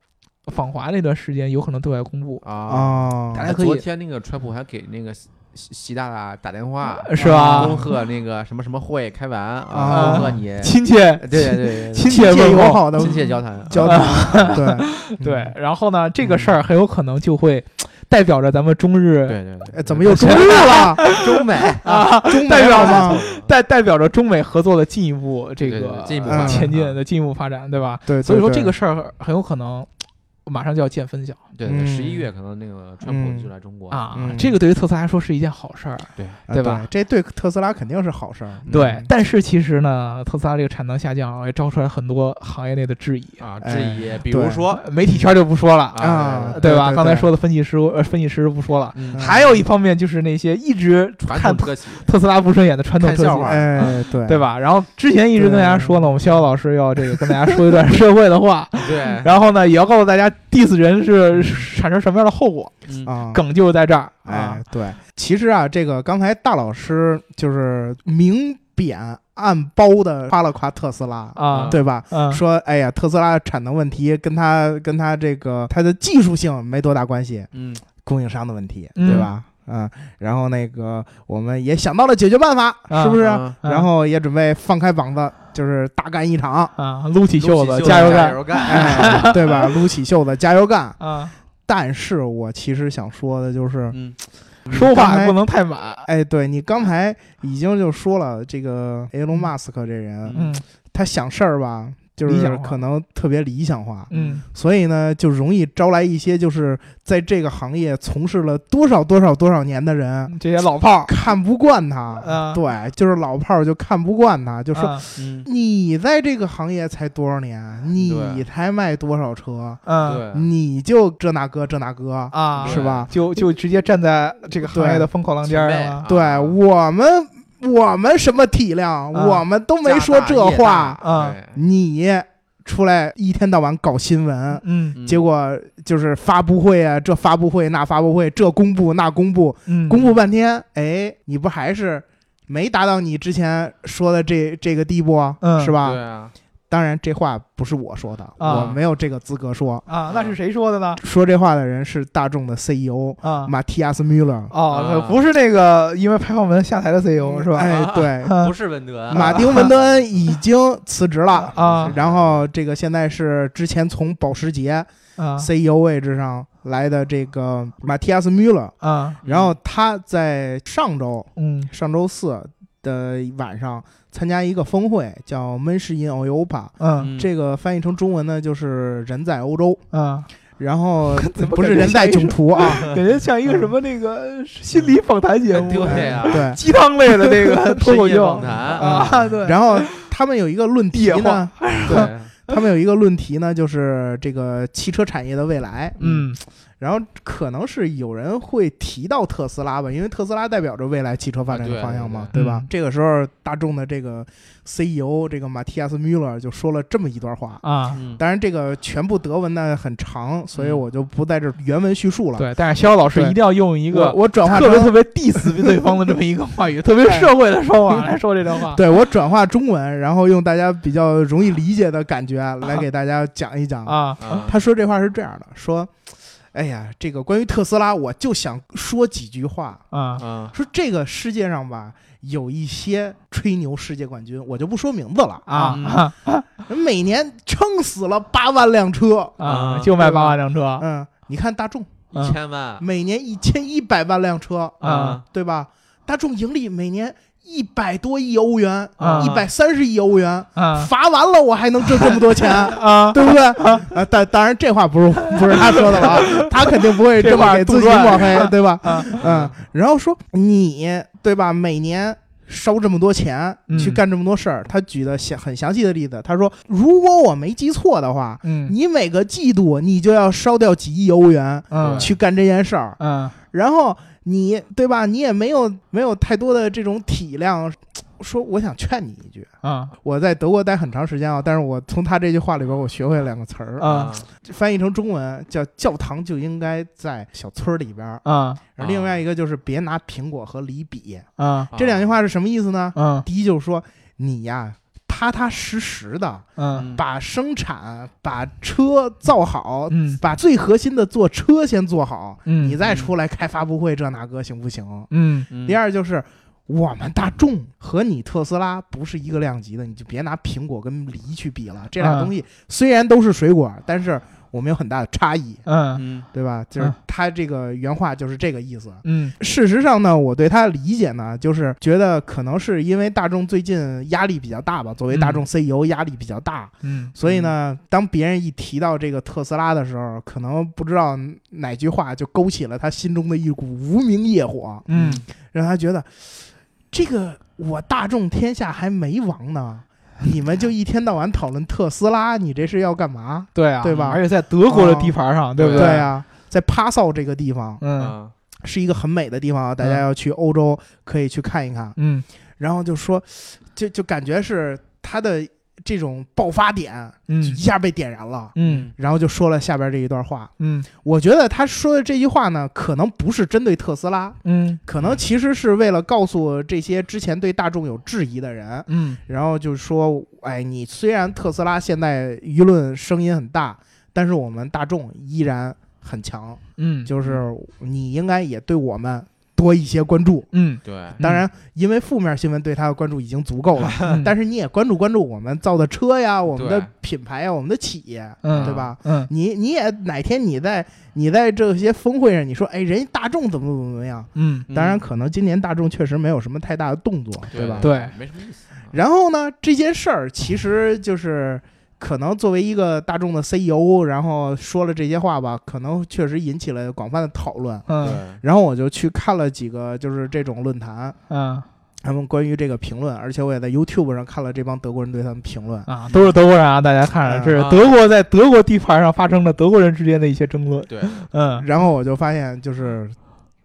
访华那段时间有可能对外公布，啊，啊大家哎可以昨天那个川普还给那个习习大大打电话，啊是吧恭？贺那个什么什么会开完啊恭贺你。亲切，对对对对亲亲切切问友候好的对，亲切交谈，啊交 啊谈，嗯对嗯对。。然后呢，这个事儿很有可能就会代表着咱们中对日。对对，哎，怎么又中 日了？中美啊，中代美表了吗？代代表着中美合作的进一步这对对个对进一步发展前进啊的进一步发展，对吧？对，对所以说对这个事儿很有可能马上就要见分晓对对，嗯十一月可能那个川普就来中国啊！嗯这个对于特斯拉来说是一件好事儿，对啊对对吧？这对特斯拉肯定是好事儿。对嗯。但是其实呢，特斯拉这个产能下降也招出来很多行业内的质疑，啊，哎质疑，比如说呃媒体圈就不说了，啊对对吧？对刚才说的分析师呃，分析师不说了，嗯嗯还有一方面就是那些一直传看统特车企，特斯拉不顺眼的传统看车笑企话。哎，对，啊 对？吧？然后之前一直跟大家说呢，我们逍遥老师要这个跟大家说一段社会的话，对，然后呢，也要告诉大家 diss 人是产生什么样的后果，嗯啊，梗就是在这儿啊哎。，对，其实啊，这个刚才大老师就是明贬暗褒的夸了夸特斯拉，啊，对吧？嗯，说哎呀，特斯拉产能问题跟它跟它这个它的技术性没多大关系，嗯，供应商的问题，嗯对吧？啊、然后那个我们也想到了解决办法，啊是不是？啊啊然后也准备放开膀子，就是大干一场，啊，撸起袖撸子，起加油加干油干！哎，对吧？撸起袖子加油干。啊！但是我其实想说的就是，嗯，说刚话才不能太满。哎，对你刚才已经就说了，这个 Elon Musk 这人，嗯他想事儿吧，就理是想化可能特别理想化，嗯所以呢，就容易招来一些就是在这个行业从事了多少多少多少年的人，这些老炮儿看不惯他。啊对，就是老炮儿就看不惯他，就说、啊 嗯，你在这个行业才多少年，你才卖多少车，嗯对，你就这那个这那个，啊，是吧？就就直接站在这个行业的风口浪尖儿上了啊对我们，我们什么体量，啊我们都没说这话。啊对，你出来一天到晚搞新闻，嗯嗯结果就是发布会啊，这发布会那发布会，这公布那公布，嗯，公布半天，哎，你不还是没达到你之前说的这这个地步啊，嗯是吧对？啊，当然，这话不是我说的，啊我没有这个资格说。啊，那是谁说的呢？说这话的人是大众的 CEO 啊马蒂亚斯·穆勒，哦啊，不是那个因为排放门下台的 CEO E 是吧？ 哎，对，啊不是温德马丁·文德 恩已经辞职了，啊然后这个现在是之前从保时捷啊 CEO 位置上来的这个马蒂亚斯·穆勒，嗯啊然后他在上周嗯上周四的晚上参加一个峰会，叫 m e n s h in Europa，嗯这个翻译成中文呢就是人在欧洲，啊，然后 怎么不是感觉人在像一囧途啊， 感觉嗯像一个什么那个心理访谈节目，对嗯啊 对，鸡汤类的 那个脱口深夜秀访谈啊，对，然后他们有一个论题 野呢话， 对，他们有一个论题呢，就是这个汽车产业的未来，嗯然后可能是有人会提到特斯拉吧，因为特斯拉代表着未来汽车发展的方向嘛，啊对对对吧嗯？这个时候，大众的这个 CEO 这个马蒂亚斯·穆勒就说了这么一段话。啊，嗯，当然，这个全部德文呢很长，所以我就不在这儿原文叙述了。嗯对，但是肖老师对一定要用一我个我转化特别成特别 diss 对方的这么一个话语，特别社会的说法来说这段话。对我转化中文，然后用大家比较容易理解的感觉来给大家讲一 讲。啊，啊他说这话是这样的：说，哎呀，这个关于特斯拉，我就想说几句话。啊啊说这个世界上吧，有一些吹牛世界冠军，我就不说名字了啊啊每年撑死了八万辆车，啊！啊就卖八万辆车嗯，你看大众嗯一千万每年一千一百万辆车，啊对吧？大众盈利每年一百多亿欧元，啊一百三十亿欧元，啊，罚完了我还能挣这么多 钱啊！对不对？啊，但当然这话不是不是他说的 了啊，他肯定不会这么给自己这话杜抹撰是吧黑，对吧？啊嗯，然后说你对吧？每年烧这么多钱嗯去干这么多事儿，他举的详很详细的例子，他说如果我没记错的话，嗯你每个季度你就要烧掉几亿欧元嗯去干这件事儿，嗯然后你对吧？你也没有没有太多的这种体谅。说我想劝你一句，嗯我在德国待很长时间啊，但是我从他这句话里边我学会了两个词儿，啊翻译成中文叫“教堂就应该在小村儿里边儿”，啊而另外一个就是别拿苹果和梨比。啊这两句话是什么意思呢？嗯第一就是说你呀，踏踏实实的嗯把生产、把车造好，嗯把最核心的做车先做好，嗯，你再出来开发布会，这那个行不行？嗯第二就是。我们大众和你特斯拉不是一个量级的，你就别拿苹果跟梨去比了。这俩啊东西虽然都是水果，但是我们有很大的差异，嗯嗯对吧？就是啊他这个原话就是这个意思。嗯事实上呢，我对他的理解呢，就是觉得可能是因为大众最近压力比较大吧，作为大众 CEO 压力比较大，嗯所以呢，当别人一提到这个特斯拉的时候，可能不知道哪句话就勾起了他心中的一股无名业火，嗯让他觉得这个我大众天下还没亡呢。你们就一天到晚讨论特斯拉，你这是要干嘛？对啊，对吧嗯而且在德国的地盘上，对不对对啊呀、在帕萨这个地方嗯啊是一个很美的地方啊，大家要去欧洲可以去看一看。嗯然后就说，就就感觉是他的这种爆发点一嗯下被点燃了，嗯然后就说了下边这一段话。嗯我觉得他说的这句话呢，可能不是针对特斯拉，嗯可能其实是为了告诉这些之前对大众有质疑的人，嗯然后就说，哎，你虽然特斯拉现在舆论声音很大，但是我们大众依然很强，嗯，就是你应该也对我们多一些关注。嗯，对当然，因为负面新闻对他的关注已经足够了， 但是是你也关注关注我们造的车呀，我们的对品牌呀，我们的企业，嗯对吧？嗯你你也哪天你在你在这些峰会上，你说哎，人家大众怎么怎么怎么样？嗯当然，可能今年大众确实没有什么太大的动作，对吧？对没什么意思啊然后呢，这件事儿其实就是可能作为一个大众的 CEO，然后说了这些话吧，可能确实引起了广泛的讨论。嗯对然后我就去看了几个就是这种论坛，嗯他们关于这个评论，而且我也在 YouTube 上看了这帮德国人对他们评论。啊，都是德国人啊，大家看嗯着这是德国在德国地盘上发生了德国人之间的一些争论，对嗯。然后我就发现，就是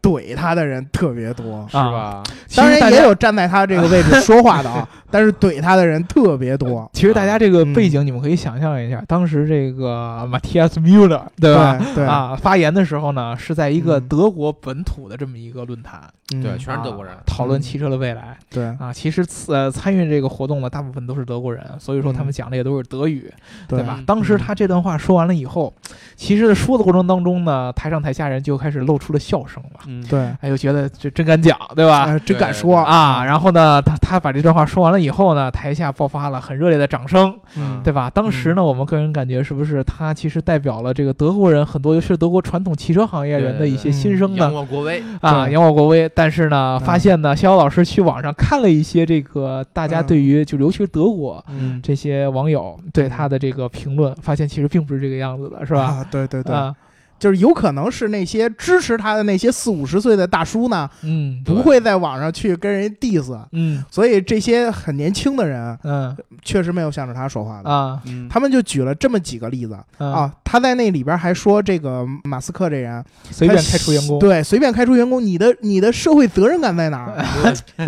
怼他的人特别多，是吧？当然也有站在他这个位置说话的啊，但是怼他的人特别多。其实大家这个背景，你们可以想象一下，当时这个 Matthias Müller 对吧？啊对，啊，发言的时候呢，是在一个嗯德国本土的这么一个论坛，嗯对全是德国人啊讨论嗯汽车的未来对啊。其实此呃参与这个活动的大部分都是德国人，所以说他们嗯讲的也都是德语，对对吧嗯？当时他这段话说完了以后，其实在说的过程当中呢，台上台下人就开始露出了笑声了，嗯，对哎呦，觉得这真敢讲，对吧？啊，真敢对说啊，，然后呢，他他把这段话说完了以后呢，台下爆发了很热烈的掌声，嗯对吧？当时呢，我们个人感觉是不是他其实代表了这个德国人很多，尤其是德国传统汽车行业人的一些对对对嗯新生扬的我国威，啊，对扬我国威。但是呢，嗯发现呢，逍遥老师去网上看了一些这个大家对于就尤其是德国嗯，这些网友对他的这个评论，发现其实并不是这个样子的，是吧？ 啊，对对对，啊，就是有可能是那些支持他的那些四五十岁的大叔呢，嗯对不会在网上去跟人 diss，嗯所以这些很年轻的人嗯确实没有向着他说话的。啊 嗯，他们就举了这么几个例子嗯，啊，他在那里边还说这个马斯克这人随便他开除员工，对，随便开除员工，你的你的社会责任感在哪 儿？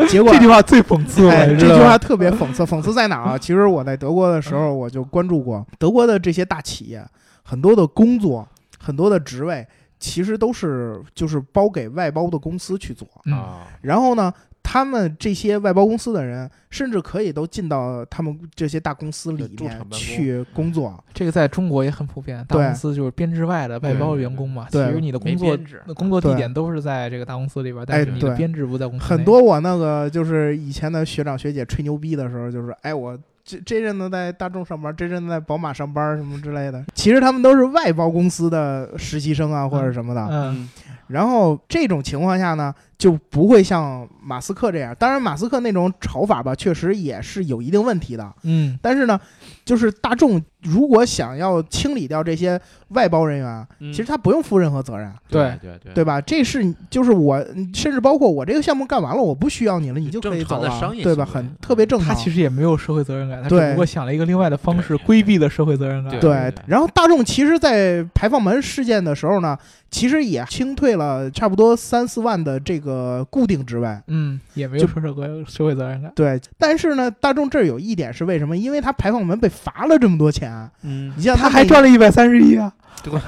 结 果这句话最讽刺了，哎，你这知道句话吧特别讽刺，讽刺在哪儿啊？其实我在德国的时候，我就关注过德国的这些大企业，很多的工作，很多的职位，其实都是就是包给外包的公司去做。嗯啊，然后呢，他们这些外包公司的人，甚至可以都进到他们这些大公司里对驻场面办公去工作。这个在中国也很普遍，大对公司就是编制外的外包员工嘛，其对实你的没工作编制那工作地对点都是在这个大公司里边，哎但是你的对编制不在公司内很多我那个就是以前的学长学姐吹牛逼的时候，就是哎我。这这阵子在大众上班，这阵子在宝马上班，什么之类的。其实他们都是外包公司的实习生啊，或者什么的。嗯然后这种情况下呢，就不会像马斯克这样。当然，马斯克那种炒法吧，确实也是有一定问题的。嗯但是呢，就是大众如果想要清理掉这些外包人员，啊嗯其实他不用负任何责任，啊对对对对，吧？这是就是我，甚至包括我这个项目干完了，我不需要你了，你就正可以常走的了商，业对吧？行为很特别正常。他其实也没有社会责任感，他对只不过想了一个另外的方式规避了社会责任感。对对，然后大众其实，在排放门事件的时候呢，其实也清退了差不多三四万的这个固定职位。嗯，也没有就社会社会责任感。对，但是呢，大众这儿有一点是为什么？因为他排放门被罚了这么多钱，啊嗯，你像他他还每赚了一百三十亿啊！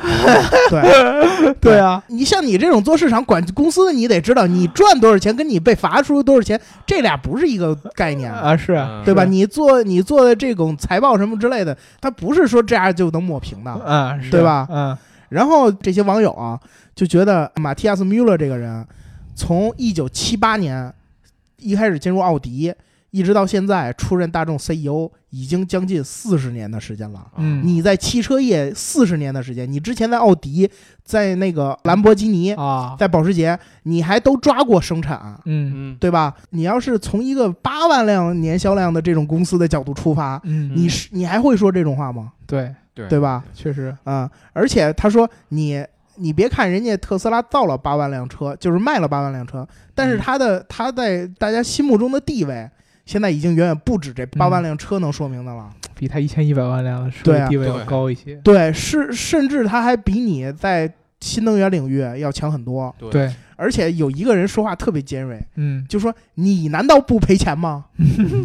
对对啊，你像你这种做市场管公司的，你得知道你赚多少钱跟你被罚出多少钱，这俩不是一个概 念，啊是啊，嗯对吧？是你做你做的这种财报什么之类的，它不是说这样就能抹平的。啊是对吧嗯然后这些网友啊，就觉得马蒂亚斯·穆勒这个人，从一九七八年一开始进入奥迪，一直到现在出任大众 CEO，已经将近四十年的时间啊了。嗯你在汽车业四十年的时间，你之前在奥迪，在那个兰博基尼，啊在保时捷，你还都抓过生产，嗯嗯，对吧？你要是从一个八万辆年销量的这种公司的角度出发，嗯你是你还会说这种话吗？对，对对吧？确实啊、而且他说你。你别看人家特斯拉造了八万辆车，就是卖了八万辆车，但是嗯他的他在大家心目中的地位，现在已经远远不止这八嗯万辆车能说明的了。比他一千一百万辆的社对会啊地位要对高一些。对，是甚至他还比你在新能源领域要强很多。对对，而且有一个人说话特别尖锐，嗯就说你难道不赔钱吗？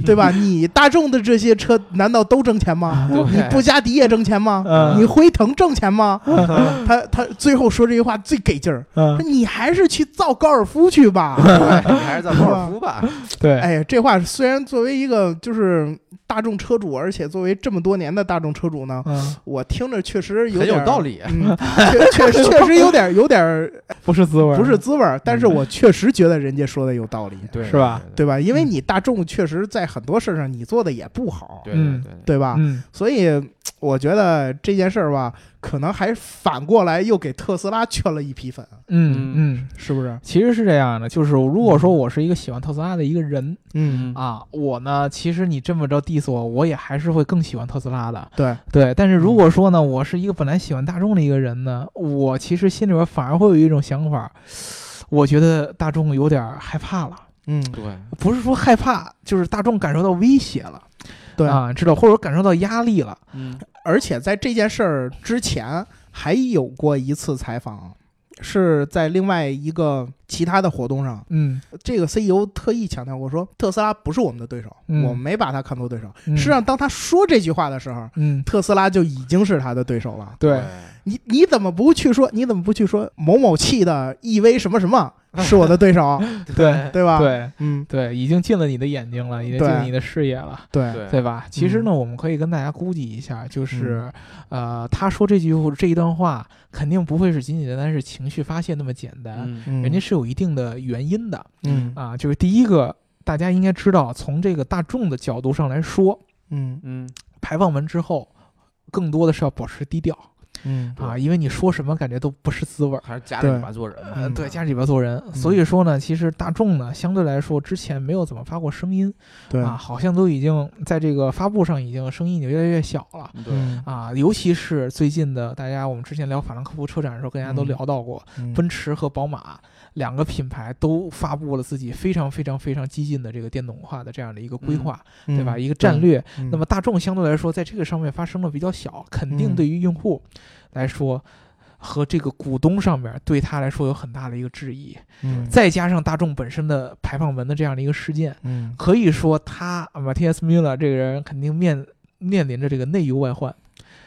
对吧？你大众的这些车难道都挣钱吗？ 对你布加迪也挣钱吗？嗯你辉腾挣钱 吗？嗯他他最后说这句话最给劲儿，嗯说你还是去造高尔夫去吧。对，你还是在高尔夫吧，对， 哎呀，这话虽然作为一个就是大众车主，而且作为这么多年的大众车主呢，嗯我听着确实有很点有儿道。理，嗯，确确实确实有点有点 儿不是滋味儿，啊不是滋味儿， 但是我确实觉得人家说的有道理，嗯对是吧？对吧？因为嗯你大众确实在很多事儿上你做的也不好，对嗯对对对，对吧？嗯所以我觉得这件事儿吧，可能还反过来又给特斯拉圈了一批粉，嗯嗯，是不是？其实是这样的，就是如果说我是一个喜欢特斯拉的一个人嗯，啊，我呢，其实你这么着 diss 我，我也还是会更喜欢特斯拉的。对，对，但是如果说嗯呢，我是一个本来喜欢大众的一个人呢，我其实心里边反而会有一种想法，我觉得大众有点害怕了。嗯，对，不是说害怕，就是大众感受到威胁了，对。啊，知道或者感受到压力了，嗯而且在这件事儿之前，还有过一次采访，是在另外一个其他的活动上，嗯，这个 CEO 特意强调过说，特斯拉不是我们的对手，嗯我们没把他看作对手。嗯实际上，当他说这句话的时候，嗯，特斯拉就已经是他的对手了。对，你你怎么不去说？你怎么不去说某某汽的 EV 什么什么是我的对手，对 对吧？，对嗯，对，已经进了你的眼睛了，已经进了对你的视野了。对，嗯对对吧？其实呢，我们可以跟大家估计一下，就是，呃，他说这句这一段话，肯定不会是仅仅单单是情绪发泄那么简单，嗯嗯人家是有一定的原因的嗯啊。就是第一个，大家应该知道，从这个大众的角度上来说，嗯，嗯排放完之后，更多的是要保持低调，嗯啊，因为你说什么感觉都不是滋味儿。还是家里对把做人嘛。 呃，嗯对，家里边做人，所以说呢，其实大众呢，相对来说之前没有怎么发过声音对啊，好像都已经在这个发布上已经声音已经越来越小了对，啊，尤其是最近的，大家我们之前聊法兰克福车展的时候，跟大家都嗯聊到过，嗯奔驰和宝马两个品牌都发布了自己非常非常非常激进的这个电动化的这样的一个规划，对吧？嗯一个战略。嗯那么大众相对来说，在这个上面发生的比较小，肯定嗯对于用户来说。和这个股东上面对他来说有很大的一个质疑，嗯再加上大众本身的排放门的这样的一个事件，嗯可以说他啊 Matthias Müller 这个人肯定面面临着这个内忧外患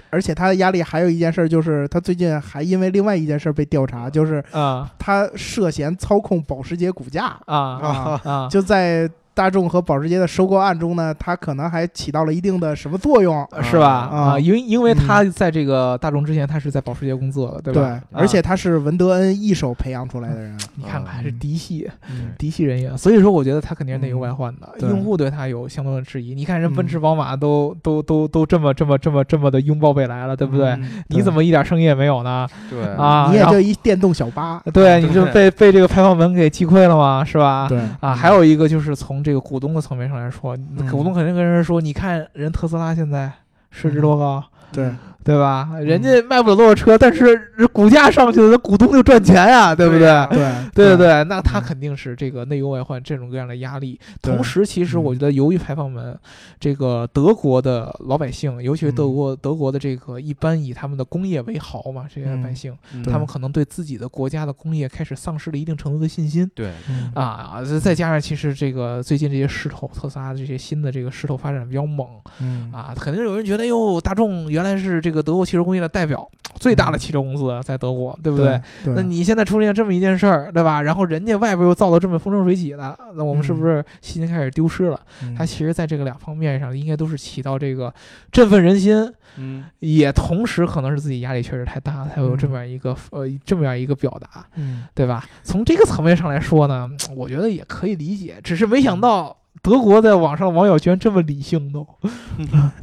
而且他的压力还有一件事，就是他最近还因为另外一件事被调查，就是啊他涉嫌操控保时捷股价啊啊，啊！ 就在大众和保时捷的收购案中呢，他可能还起到了一定的什么作用？是吧？啊啊，因为因为他在这个大众之前，他是在保时捷工作的，对吧？啊而且他是文德恩一手培养出来的 人，你看看还是嗯嫡系嗯嫡系人员，所以说我觉得他肯定是内忧嗯外患的，对用户对他有相当的质疑。你看人奔嗯驰、宝马都都都都这么这么这么这么的拥抱未来了，对不对？嗯你怎么一点生意也没有呢？对啊，你也然后就一电动小巴？对，你就对被被这个排放门给击溃了嘛，是吧？对嗯啊，还有一个就是从这个股东的层面上来说，股东肯定跟人说，你看人特斯拉现在市嗯值多高，对对吧？人家卖不了多少车，但是这股价上去了，那股东就赚钱呀，对不对？对对啊对对对，那他肯定是这个内忧外患这种各样的压力。对同时，其实我觉得，由于排放门，这个德国的老百姓，尤其是德国德国的这个一般以他们的工业为豪嘛，这些嗯百姓，嗯他们可能对自己的国家的工业开始丧失了一定程度的信心。对嗯啊啊，这再加上其实这个最近这些势头，特斯拉这些新的这个势头发展比较猛嗯啊，肯定有人觉得哟，大众原来是这个德国汽车工业的代表，最大的嗯汽车公司在德国，对不对？对对，那你现在出现这么一件事儿，对吧？然后人家外边又造的这么风生水起的，那我们是不是信心开始丢失了？嗯它其实在这个两方面上，应该都是起到这个振奋人心，嗯也同时可能是自己压力确实太大，才有这么样一个、呃这么样一个表达，嗯对吧？从这个层面上来说呢，我觉得也可以理解，只是没嗯想到德国在网上网友居然这么理性都，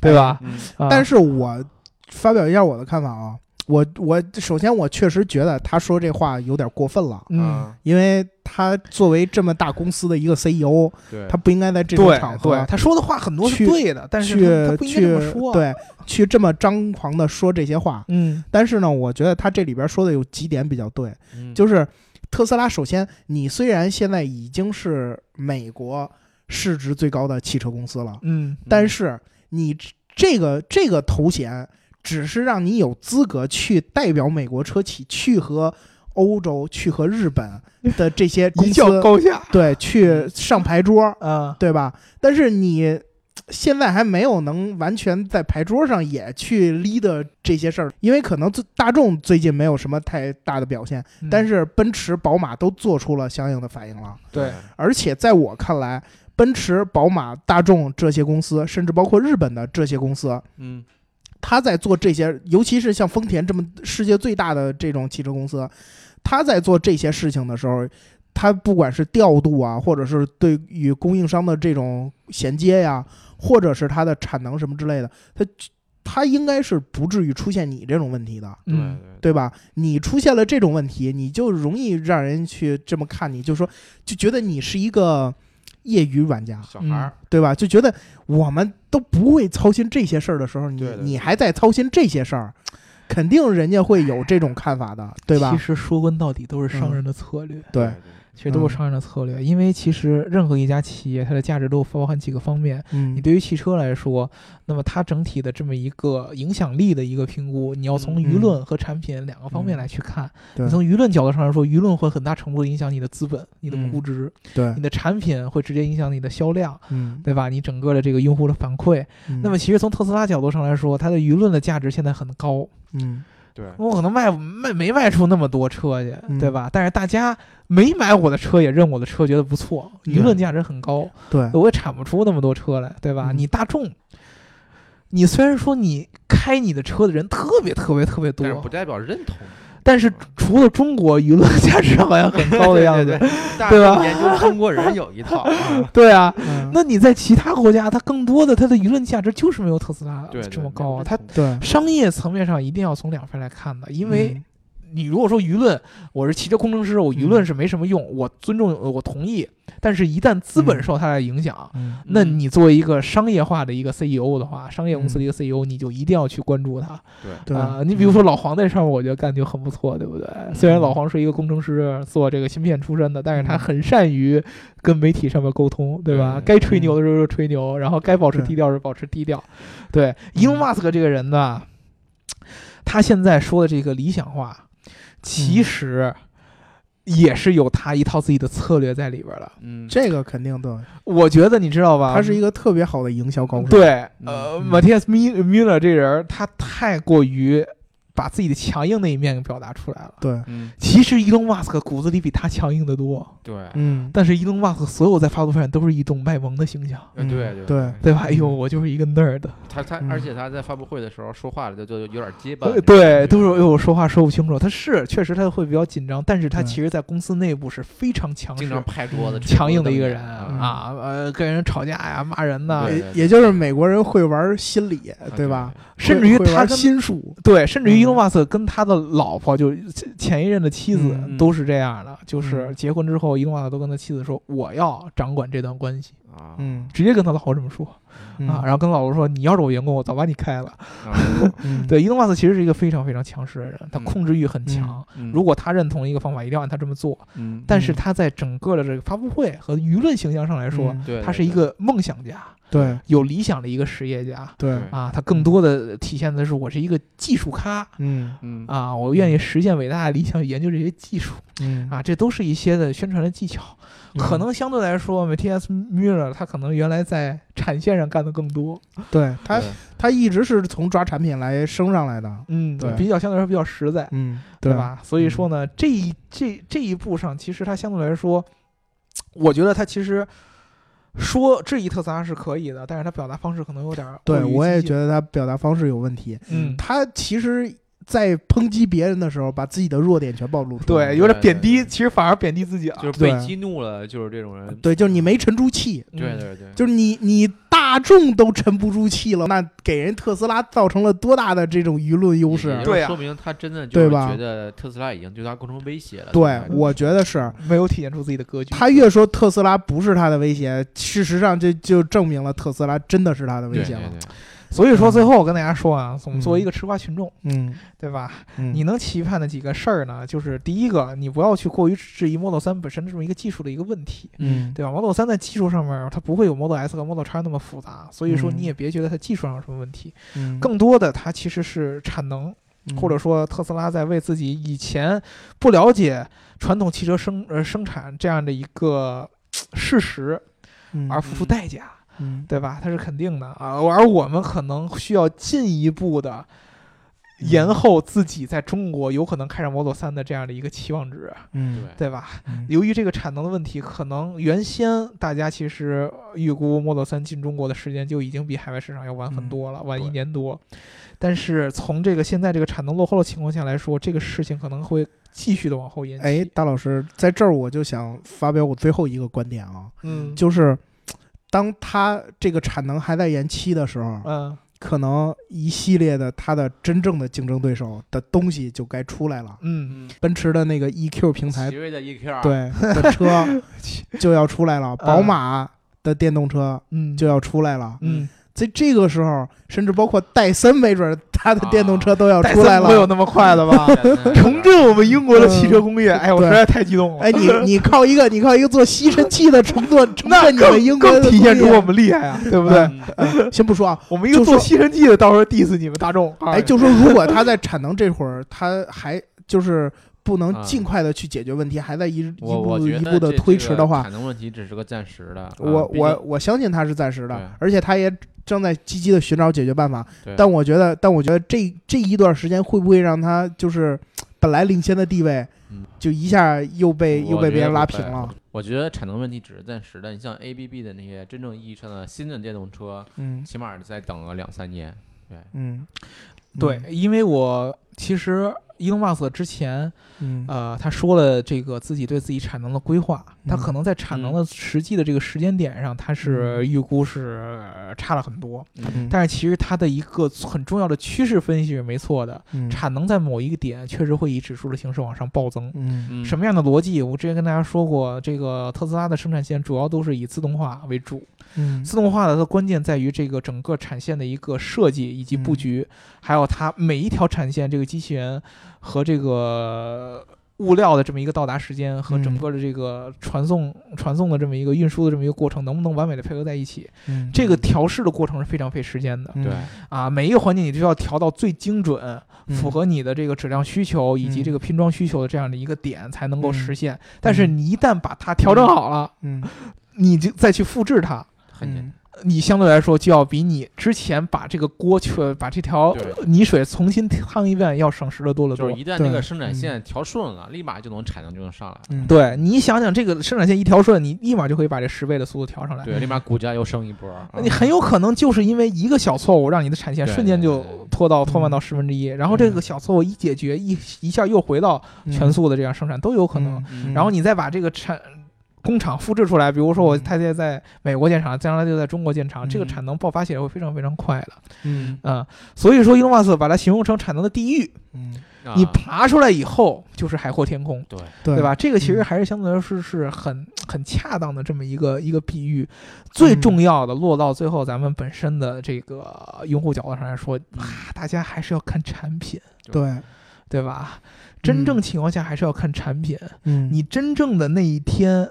对吧？嗯啊但是我发表一下我的看法啊，我我首先我确实觉得他说这话有点过分了，嗯，啊因为他作为这么大公司的一个 CEO，嗯对他不应该在这种对场合对，他说的话很多是去对的，但是去他他不应该去这么说，，啊对去这么张狂的说这些话。嗯但是呢，我觉得他这里边说的有几点比较对，嗯就是特斯拉，首先你虽然现在已经是美国市值最高的汽车公司了，嗯但是你这个这个头衔只是让你有资格去代表美国车企去和欧洲、去和日本的这些公 一较司高下对去上牌桌，啊。对吧？但是你现在还没有能完全在牌桌上也去 lead 这些事儿，因为可能最大众最近没有什么太大的表现，但是是奔驰、宝马都做出了相应的反应了。对而且在我看来，奔驰、宝马、大众这些公司，甚至包括日本的这些公司，嗯他在做这些，尤其是像丰田这么世界最大的这种汽车公司，他在做这些事情的时候，他不管是调度啊，或者是对与供应商的这种衔接呀、或者是它的产能什么之类的，他他应该是不至于出现你这种问题的。对嗯对对吧？你出现了这种问题，你就容易让人去这么看你，就说就觉得你是一个业余玩家，小嗯孩儿对吧？就觉得我们都不会操心这些事儿的时候，你对对你还在操心这些事儿，肯定人家会有这种看法的，对吧其？实说归到底都是商人的策略，对，嗯其实都是商人的策略，因为其实任何一家企业它的价值都包含几个方面。你嗯，对于汽车来说，那么它整体的这么一个影响力的一个评估，你要从舆论和产品两个方面来去看。对你从舆论角度上来说，舆论会很大程度地影响你的资本、你的嗯估值，对你，的产品会直接影响你的销量，嗯，对吧？你整个的这个用户的反馈。嗯那么，其实从特斯拉角度上来说，它的舆论的价值现在很高，嗯，对我可能卖卖没卖出那么多车去，嗯对吧？但是大家没买我的车也认我的车，觉得不错，嗯舆论价值很高，对，我也产不出那么多车来，对吧？嗯你大众，你虽然说你开你的车的人特别特别特别多但是，不代表认同，但是除了中国，舆论价值好像很高的样子，对对对大对吧 众眼中中国人有一套，啊对啊。嗯嗯那你在其他国家，它更多的它的舆论价值就是没有特斯拉对对这么高啊。它对，商业层面上一定要从两边来看的，因嗯为你如果说舆论，我是骑着工程师，我舆论是没什么用，我尊重，呃我同意，但是一旦资本嗯受它的影响，嗯，那你作为一个商业化的一个 CEO 的话，商业公司的一个 CEO，、你就一定要去关注它对对嗯啊、你比如说老黄在上面，我觉得干就很不错，对不对？虽然老黄是一个工程师，做这个芯片出身的，但是他嗯很善于跟媒体上面沟通，对吧？嗯该吹牛的时候就吹牛，然后该保持对低调是保持低调。嗯对，伊隆马斯克这个人呢，他现在说的这个理想化，其嗯实也是有他一套自己的策略在里边的。嗯，这个肯定对，我觉得你知道吧？嗯他是一个特别好的营销高手。啊对，嗯呃嗯，Matthias Mi- Müller 这人儿，他太过于把自己的强硬那一面给表达出来了。对，嗯其实 Elon Musk 骨子里比他强硬得多，对，嗯，但是 Elon Musk 所有在发布会上都是一种卖萌的形象，呃嗯对对对吧？哎呦，我就是一个 nerd，他他嗯而且他在发布会的时候说话就就有点结巴呃，那种对，感觉都是哎呦，我说话说不清楚。他是确实他会比较紧张，但是他对其实在公司内部是非常强经势常、拍桌子嗯、捶强硬的桌子一个瞪人眼嗯啊，啊，呃，跟人吵架呀、骂人呐，对啊也也就是美国人会玩心理，对吧？？甚至于会会他玩跟心术，对，甚至于伊隆嗯马斯克跟他的老婆，就是前前一任的妻子嗯，嗯都是这样的，就是嗯结婚之后，伊隆马斯克都跟他妻子说，我要掌管这段关系，啊嗯直接跟他老婆这么说嗯啊，然后跟老婆说，你要是我员工，我早把你开了。啊，嗯，对，伊隆马斯克其实是一个非常非常强势的人，他嗯控制欲很强。嗯 如果他认同一个方法，一定要按他这么做。嗯但是嗯他在整个的这个发布会和舆论形象上来说，嗯对，他对是一对个梦想家，对有理想的一个实业家对，对啊。他更多的体现的是我是一个技术咖，嗯嗯啊，我愿意实现伟大的理想，研究这些技术嗯啊，这都是一些的宣传的技巧。可能相对来说，Matthias Müller 他可能原来在产线上干的更多，对他对他一直是从抓产品来升上来的，嗯，对比较相对来说比较实在，嗯，对？吧？所以说呢，这一这这一步上，其实他相对来说，我觉得他其实说质疑特斯拉是可以的，但是他表达方式可能有点儿对，过于我也激觉进，得他表达方式有问题。嗯，他其实，在抨击别人的时候，把自己的弱点全暴露出来。对，有点对贬对低，对其实反而贬低自己啊了，就是被对激怒了，就是这种人，对，就是你没沉住气，对嗯对对，就是你你大众都沉不住气了，那给人特斯拉造成了多大的这种舆论优势也？对就是啊说明他真的就对是吧觉得特斯拉已经对他构成威胁了。对，现在我觉得是。没有体现出自己的格局。他越说特斯拉不是他的威胁，事实上这就证明了特斯拉真的是他的对威胁对了。对，所以说，最后我跟大家说啊，我们作为嗯一个吃瓜群众，嗯，对吧？嗯你能期盼的几个事儿呢，就是第一个，你不要去过于质疑 Model 3本身这么一个技术的一个问题，嗯对吧？Model 3在技术上面它不会有 Model S 和 Model X 那么复杂，所以说嗯你也别觉得它技术上有什么问题，嗯更多的它其实是产能，嗯或者说特斯拉在为自己以前不了解传统汽车生呃生产这样的一个呃事实嗯而付出嗯代价。嗯对吧？它是肯定的啊，而我们可能需要进一步嗯的延后自己在中国有可能开上 Model 3的这样的一个期望值，嗯对对吧？嗯由于这个产能的问题，可能原先大家其实呃预估 Model 3进中国的时间就已经比海外市场要晚很嗯多了，晚一对年多。但是从这个现在这个产能落后的情况下来说，这个事情可能会继续的往后延期。哎，大老师，在这儿我就想发表我最后一个观点啊，嗯，就是当它这个产能还在延期的时候，嗯，可能一系列的它的真正的竞争对手的东西就该出来了。嗯，嗯，奔驰的那个 EQ 平台奇，瑞的 E EQ，，对的车 就要出来了，宝马的电动车嗯，就要出来了。嗯，在这个时候，甚至包括戴森，没准儿 它的电动车都要啊戴出森来了。不会有那么快的吧？嗯重振我们英国的汽车工业。哎，我实在太激动了。哎，你你靠一个你靠一个做吸尘器的重 做重那振你们更英国更的体现出工业我们厉害 啊，对不对？嗯哎先不 说啊，我们一个就做说吸尘器的，到时候 diss 你们大众。啊哎，就说如果他在产能这会儿，他还就是不能啊尽快的去解决问题，还在一一我我步觉一得步的这推这迟个的话，产能问题只是个暂时的。啊我毕我竟我相信他是暂时对的，而且他也正在积极的寻找解决办法对。但我觉得，但我觉得这这一段时间会不会让他就是本来领先的地位嗯，就一下又被我又被觉别得人不拉会平了？我觉得产能问题只是暂时的。你像 ABB 的那些真正意义上的新的电动车，嗯起码得再等个两三年。嗯，对，因为我其实伊隆马斯克之前，嗯呃，他说了这个自己对自己产能的规划，他嗯可能在产能的实际的这个时间点上，他是预估是呃差了很多。嗯但是其实它的一个很重要的趋势分析是没错的，嗯产能在某一个点确实会以指数的形式往上暴增。嗯嗯什么样的逻辑？我之前跟大家说过，这个特斯拉的生产线主要都是以自动化为主。嗯自动化的它关键在于这个整个产线的一个设计以及布局，嗯还有它每一条产线这个机器人和这个物料的这么一个到达时间和嗯整个的这个传送、传送的这么一个运输的这么一个过程，能不能完美的配合在一起？嗯这个调试的过程是非常费时间的。嗯对，啊，每一个环节你都要调到最精准，嗯符合你的这个质量需求以及嗯这个拼装需求的这样的一个点才能够嗯实现。但是你一旦把它调整好了，嗯你就再去复制它，很简你相对来说就要比你之前把这个锅去把这条对泥水重新烫一遍要省时的多了就多嗯是。一旦对这个生产线调顺了，立马就能产能就能上来了，嗯对你想想，这个生产线一调顺，你立马就可以把这十倍的速度调上来。对，立马股价又升一波儿。那你很有可能就是因为一个小错误，让你的产线对瞬间就对对对嗯拖到拖慢到十分之一，然后这个小错误一解决，一一下又回到嗯全速的这样生产都有可能。嗯然后你再把这个产工厂复制出来，比如说我嗯它现在在美国建厂，将来就在中国建厂，这个嗯产能爆发起来会非常非常快的。嗯嗯，所以说伊隆马斯克把它形容成产能的地狱，嗯啊你爬出来以后就是海阔天空。对对嗯对吧？这个其实还是相对来说是是很很恰当的这么一个一个比喻。最重要的落到最后，咱们本身的这个用户角度上来说，啊，嗯大家还是要看产品，对对吧？真正情况下还是要看产品。嗯你真正的那一天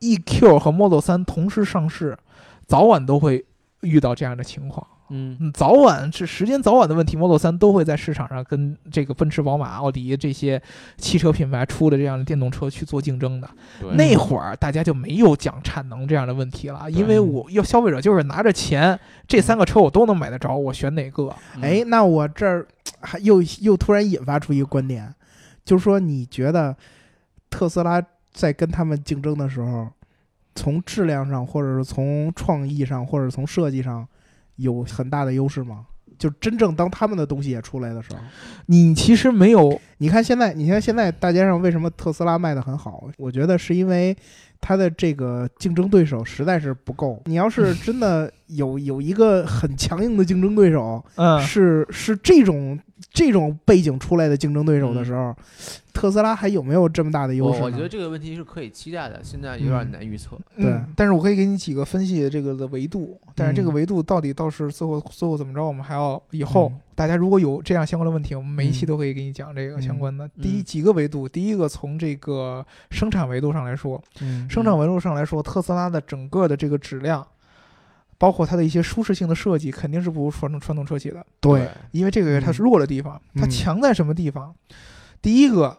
，EQ 和 Model 3同时上市，早晚都会遇到这样的情况。嗯嗯，早晚是时间早晚的问题。Model 3都会在市场上跟这个奔驰、宝马、奥迪这些汽车品牌出的这样的电动车去做竞争的。对那会儿大家就没有讲产能这样的问题了，因为我要消费者就是拿着钱，这三个车我都能买得着，我选哪个？嗯嗯哎，那我这儿还又又突然引发出一个观点，就是说你觉得特斯拉在跟他们竞争的时候，从质量上，或者是从创意上，或者是从设计上，有很大的优势吗？就真正当他们的东西也出来的时候，你其实没有，你看现在，你看现在大街上为什么特斯拉卖得很好？我觉得是因为它的这个竞争对手实在是不够。你要是真的有有一个很强硬的竞争对手，嗯，是是这种这种背景出来的竞争对嗯手的时候，特斯拉还有没有这么大的我优势呢？我觉得这个问题是可以期待的，现在有点嗯嗯难预测。嗯对但是我可以给你几个分析这个的维度，但是这个维度到底到是最后最后怎么着，我们还要以后、嗯大家如果有这样相关的问题，我们每一期都可以给你讲这个相嗯关的。第一几个维度，第一个从这个生产维度上来说，嗯生产维度上来说，特斯拉的整个的这个质量。包括它的一些舒适性的设计，肯定是不如传统传统车企的。对，因为这个它是嗯弱的地方，它嗯强在什么地方？第一个，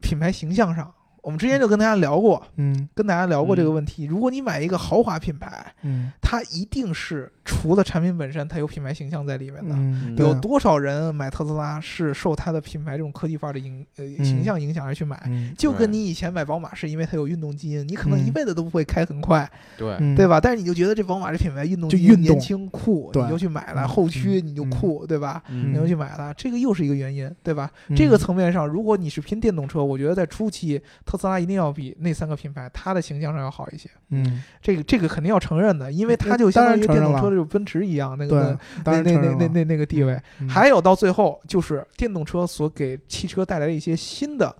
品牌形象上，我们之前就跟大家聊过，嗯跟大家聊过这个问题。如果你买一个豪华品牌，嗯它一定是除了产品本身，它有品牌形象在里面的。嗯，有对多少人买特斯拉是受它的品牌这种科技范儿的影呃形象影响而去买？嗯就跟对你以前买宝马是因为它有运动基因，你可能嗯一辈子都不会开很快，对嗯对吧？但是你就觉得这宝马这品牌运动基就运因动年轻酷，对你就去买嗯了，后驱嗯你就酷，对吧？嗯你尤要其去买它，这个又是一个原因，对吧？嗯这个层面上，如果你是拼电动车，我觉得在初期，特斯拉一定要比那三个品牌它的形象上要好一些。嗯这个这个肯定要承认的，因为它那就相呃当当然于承电认动车了就是奔驰一样那对啊个，那当然那承那认那了那那个地位。嗯还有到最后就是电动车所给汽车带来的一些新的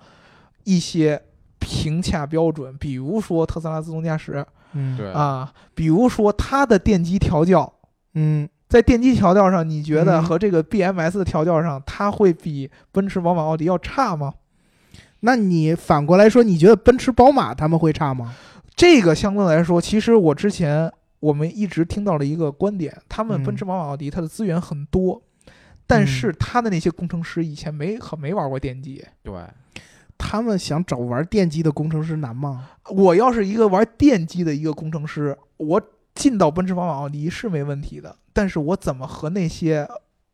一些评价标准，比如说特斯拉自动驾驶嗯对啊，比如说它的电机调教，嗯在电机调教上，你觉得嗯和这个 BMS 的调教上，它会比奔驰、宝马、奥迪要差吗？那你反过来说，你觉得奔驰、宝马他们会差吗？这个相对来说，其实我之前我们一直听到了一个观点，他们嗯奔驰、宝马、奥迪它的资源很多，但是它的那些工程师以前没很没玩过电机。对，他们想找玩电机的工程师难吗？我要是一个玩电机的一个工程师，我进到奔驰、宝马、奥迪是没问题的，但是我怎么和那些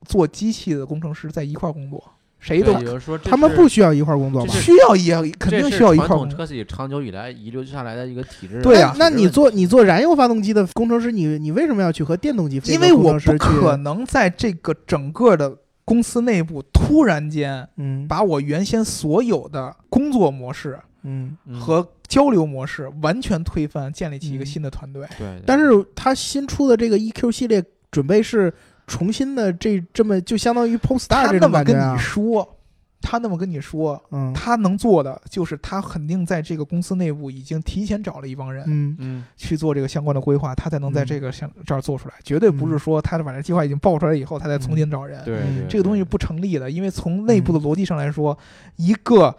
做机器的工程师在一块儿工作？谁都也就是说这他们是不需要一块儿工作吧这？是需要一肯定这是需要一块传儿工统作。车企长久以来遗留下来的一个体制。啊嗯对呀啊那那你做你做燃油发动机的工程师，你你为什么要去和电动机？因为我工程不师去可能在这个整个的公司内部突然间嗯把我原先所有的工作模式嗯，嗯和交流模式完全推翻，建立起一个嗯新的团队。对，但是他新出的这个 EQ 系列，准备是重新的这这么就相当于 Polestar 他这那种么感觉跟啊你，说，他那么跟你说，嗯他能做的就是他肯定在这个公司内部已经提前找了一帮人嗯嗯去做这个相关的规划，他才能在嗯这个相这儿做出来，绝对不是说他把这计划已经爆出来以后，他再重新找人。对嗯对这个东西不成立的，因为从内部的逻辑上来说，一个，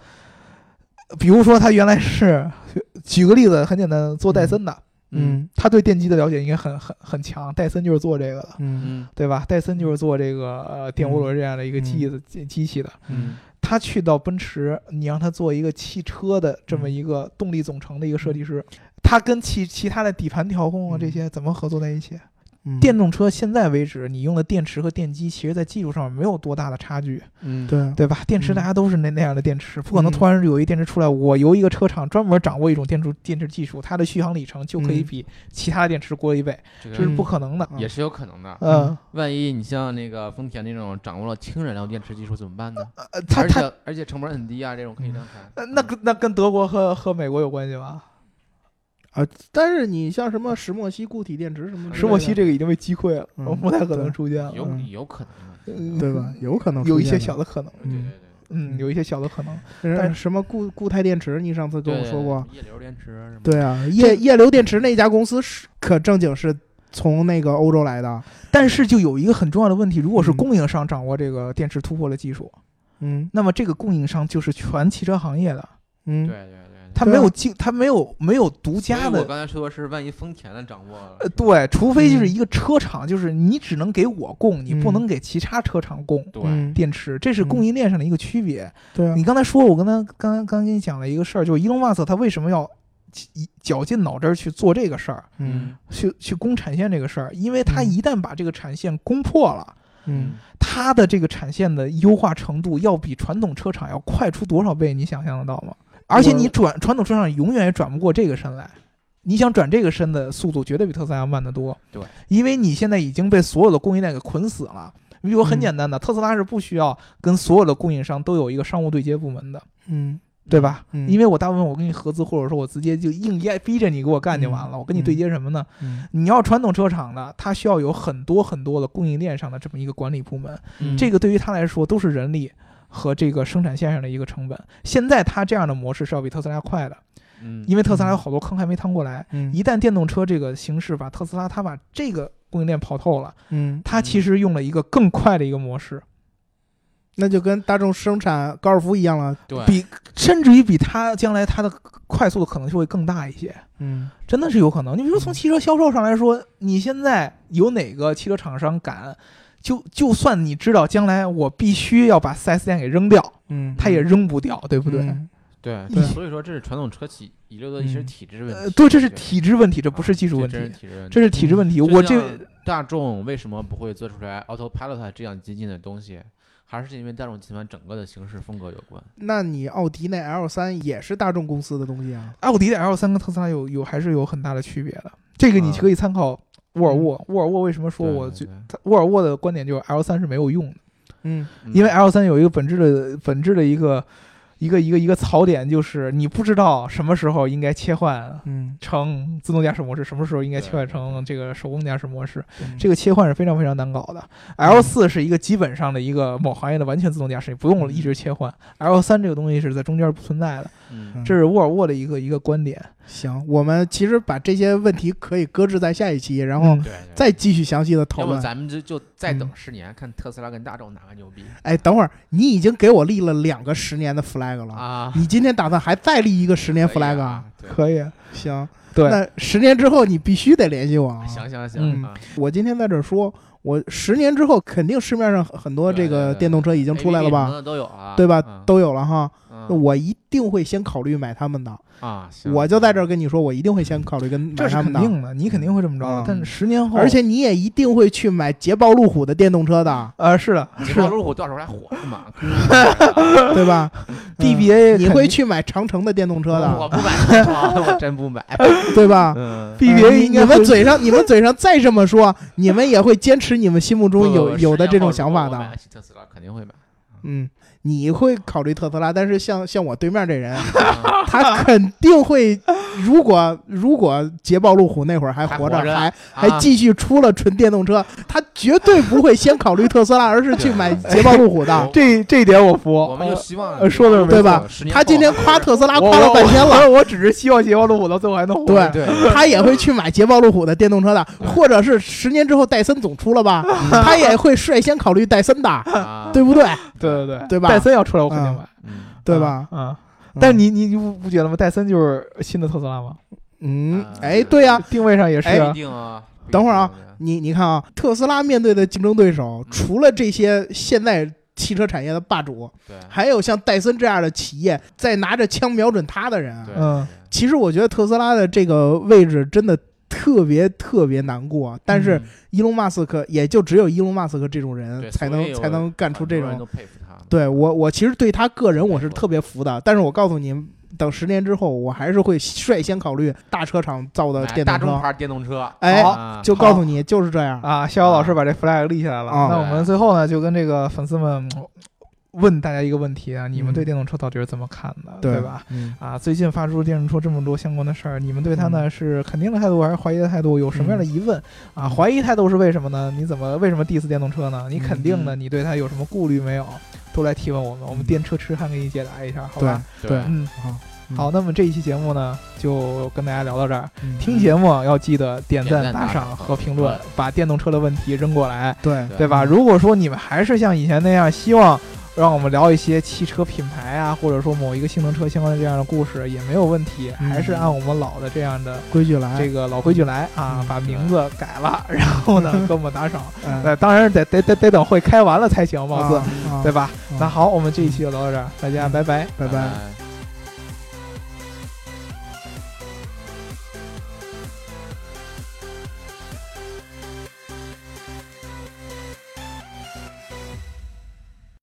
比如说他原来是，举个例子很简单，做戴森的，嗯他对电机的了解应该很很很强，戴森就是做这个的，嗯嗯对吧？戴森就是做这个呃电涡轮这样的一个机子、机机器的，嗯他去到奔驰，你让他做一个汽车的这么一个动力总成的一个设计师，他跟其其他的底盘调控啊这些怎么合作在一起？嗯，电动车现在为止，你用的电池和电机其实在技术上没有多大的差距，嗯，对对吧？电池嗯大家都是那那样的电池，不可能嗯突然有一电池出来，我由一个车厂专门掌握一种电池电池技术，它的续航里程就可以嗯比其他的电池多一倍，这这个是不可能的。也是有可能的。嗯，万一你像那个丰田那种掌握了氢燃料电池技术怎么办呢？呃，它而它且而且成本很低啊，这种可以量产。呃那跟那跟德国和和美国有关系吗？但是你像什么石墨烯固体电池什么之类的，石墨烯这个已经被击溃了，嗯不太可能出现了。有嗯有可能啊，嗯 对吧？有可能有一出现些的小的可能，对对嗯对。嗯，有一些小的可能。但但什么固固态电池，你上次跟我对说过，，液流电池什么的。对啊，液液流电池那家公司是可正经是从那个欧洲来的，但是就有一个很重要的问题，如果是嗯供应商掌握这个电池突破的技术，嗯那么这个供应商就是全汽车行业的，嗯，对对对。它对没有啊竞，它没有没有独所以家我的。刚才说的是，万一丰田的掌握了呃，，对，除非就是一个车厂，就是你只能给我供，你不嗯能给其他车厂供对，嗯电池，这是供应链上的一个区别。对啊，你刚才说，我刚才刚刚刚跟你讲了一个事儿，就是伊隆马斯克他为什么要绞绞尽脑汁儿去做这个事儿，嗯去去攻产线这个事儿，因为他嗯一旦把这个产线攻破了，嗯，它的这个产线的优化程度要比传统车厂要快出多少倍？你想象得到吗？而且你转传统车厂永远也转不过这个身来，你想转这个身的速度绝对比特斯拉要慢得多。对，因为你现在已经被所有的供应链给捆死了。你比如很嗯简单的，特斯拉是不需要跟所有的供应商都有一个商务对接部门的，嗯对吧？嗯，因为我大部分我跟你合资，或者说我直接就硬压逼着你给我干就完了。嗯我跟你对接什么呢？嗯你要传统车厂呢，它需要有很多很多的供应链上的这么一个管理部门，嗯这个对于它来说都是人力和这个生产线上的一个成本。现在它这样的模式是要比特斯拉快的，嗯，因为特斯拉嗯有好多坑还没趟过来。嗯一旦电动车这个形式把特斯拉它把这个供应链跑透了，嗯，它其实用了一个更快的一个模式，那就跟大众生产高尔夫一样了，对，比甚至于比它将来它的快速的可能性会更大一些。嗯真的是有可能。你比如说从嗯汽车销售上来说，你现在有哪个汽车厂商敢？就就算你知道将来我必须要把 4S 店给扔掉，嗯，它也扔不掉，对不对？嗯对对所以说这是传统车企遗留的一些嗯体制问呃，题。对，这是体制问题，这不是技术啊这真问是，题体制问题。这是体制问题。就我这像大众为什么不会做出来 Autopilot 这样激进的东西，还是因为大众集团整个的行事风格有关。那你奥迪那 L 三也是大众公司的东西啊，奥迪的 L 三跟特斯拉有有还是有很大的区别的，这个你可以参考沃尔沃。沃尔沃为什么说啊嗯对我对最对它沃尔沃的观点就是 L 三是没有用的。嗯嗯因为 L 三有一个本质的本质的一个一个一个一个槽点，就是你不知道什么时候应该切换嗯，成自动驾驶模式，什么时候应该切换对成这个手工驾驶模式，这个个切换是非常非常难搞的。L 嗯四是一个基本上的一个某行业的完全自动驾驶，你不用嗯一直切换。L 三这个东西是在中间不存在的，嗯这是沃尔沃的一个一个观点。行，我们其实把这些问题可以搁置在下一期，然后嗯对，对再继续详细的讨要不论。咱们就就再嗯等十年，看特斯拉跟大众哪个牛逼哎，等会儿，你已经给我立了两个十年的 flag 了，啊？你今天打算还再立一个十年可以 flag？啊啊，对，可以，行，对，那十年之后你必须得联系我啊！行行嗯行啊，我今天在这儿说，我十年之后肯定市面上很很多这对对个对电动车已经出来了 ABB 什吧，么的都有啊，对吧？嗯都有了哈。嗯嗯我一定会先考虑买他们的。啊，行我就在嗯这儿跟你说，我一定会先考虑跟买这是他们肯的，定的，你肯定会这么着嗯。但十年后，而且你也一定会去买捷豹路虎的电动车的，呃，是的，捷是豹的路虎到时候还火着嘛？嗯 对吧 BBA 嗯你肯会定去买长城的电动嗯车我的，啊不买，我真不买。 对吧？嗯， BBA 你应该你们会嘴上你们嘴上再这么说，你们也会坚持你们心目中有有的这种想法我买的。啊得起特斯拉肯定会 买。嗯，你会考虑特斯拉，但是像像我对面这人， 嗯他肯定会，如果如果捷豹路虎那会儿还活还活着还啊还继续出了纯电动车，他绝对不会先考虑特斯拉，而是去买捷豹路虎的。这这一点我哦服。我们就希望呃说得是没对吧十年后他今天夸特斯拉我夸了半天了，我我只是希望捷豹路虎到最后还能活。对 对， 他也会去买捷豹路虎的电动车的，或者是十年之后戴森总出了吧，他也会率先考虑戴森的，啊对不对？对对对对吧戴森要出来，我肯定买，嗯对吧？嗯？啊，嗯但你你你不不觉得吗？戴森就是新的特斯拉吗？嗯啊，哎，对呀、定位上也哎不一是定啊。啊。不一定等会儿啊，你你看啊，特斯拉面对的竞争对手，除了这些现在汽车产业的霸主，对还有像戴森这样的企业在拿着枪瞄准他的人啊。对，嗯对其实我觉得特斯拉的这个位置真的特别特别难过，但是伊隆马斯克也就只有伊隆马斯克这种人嗯对才所以能有才能干出这很多人都种。佩服他。对我我其实对他个人我是特别服的，但是我告诉你，等十年之后，我还是会率先考虑大车厂造的买电大动众车。牌电动车，哎啊就告诉你就是这样。啊，逍遥老师把这 flag 立下来了。嗯啊那我们最后呢，就跟这个粉丝们嗯问大家一个问题啊：你们嗯对电动车到底是怎么看的，对对吧？嗯，啊，最近发出电动车这么多相关的事儿，你们对它呢是肯定的态度还是怀疑的态度？有什么样的嗯疑问、啊？怀疑态度是为什么呢？你怎么为什么 diss 电动车呢？你肯定的，嗯你对它有什么顾虑没有？都来提问我们，我们电车痴汉给你解答一下，好对吧？嗯对对，嗯，好嗯好，那么这一期节目呢，就跟大家聊到这儿。嗯听节目要记得点点赞、赞打打赏赏和评论对，把电动车的问题扔过来，对对对吧？如果说你们还是像以前那样，希望让我们聊一些汽车品牌啊，或者说某一个性能车相关的这样的故事，也没有问题，嗯哎还是按我们老的这样的规矩来，这个老规矩来啊嗯，把名字改了，然后呢给我们打赏。嗯呃，当然得得得得等会开完了才行，貌似啊啊对吧嗯？那好，我们这一期就聊到这儿，大家拜拜。拜拜。拜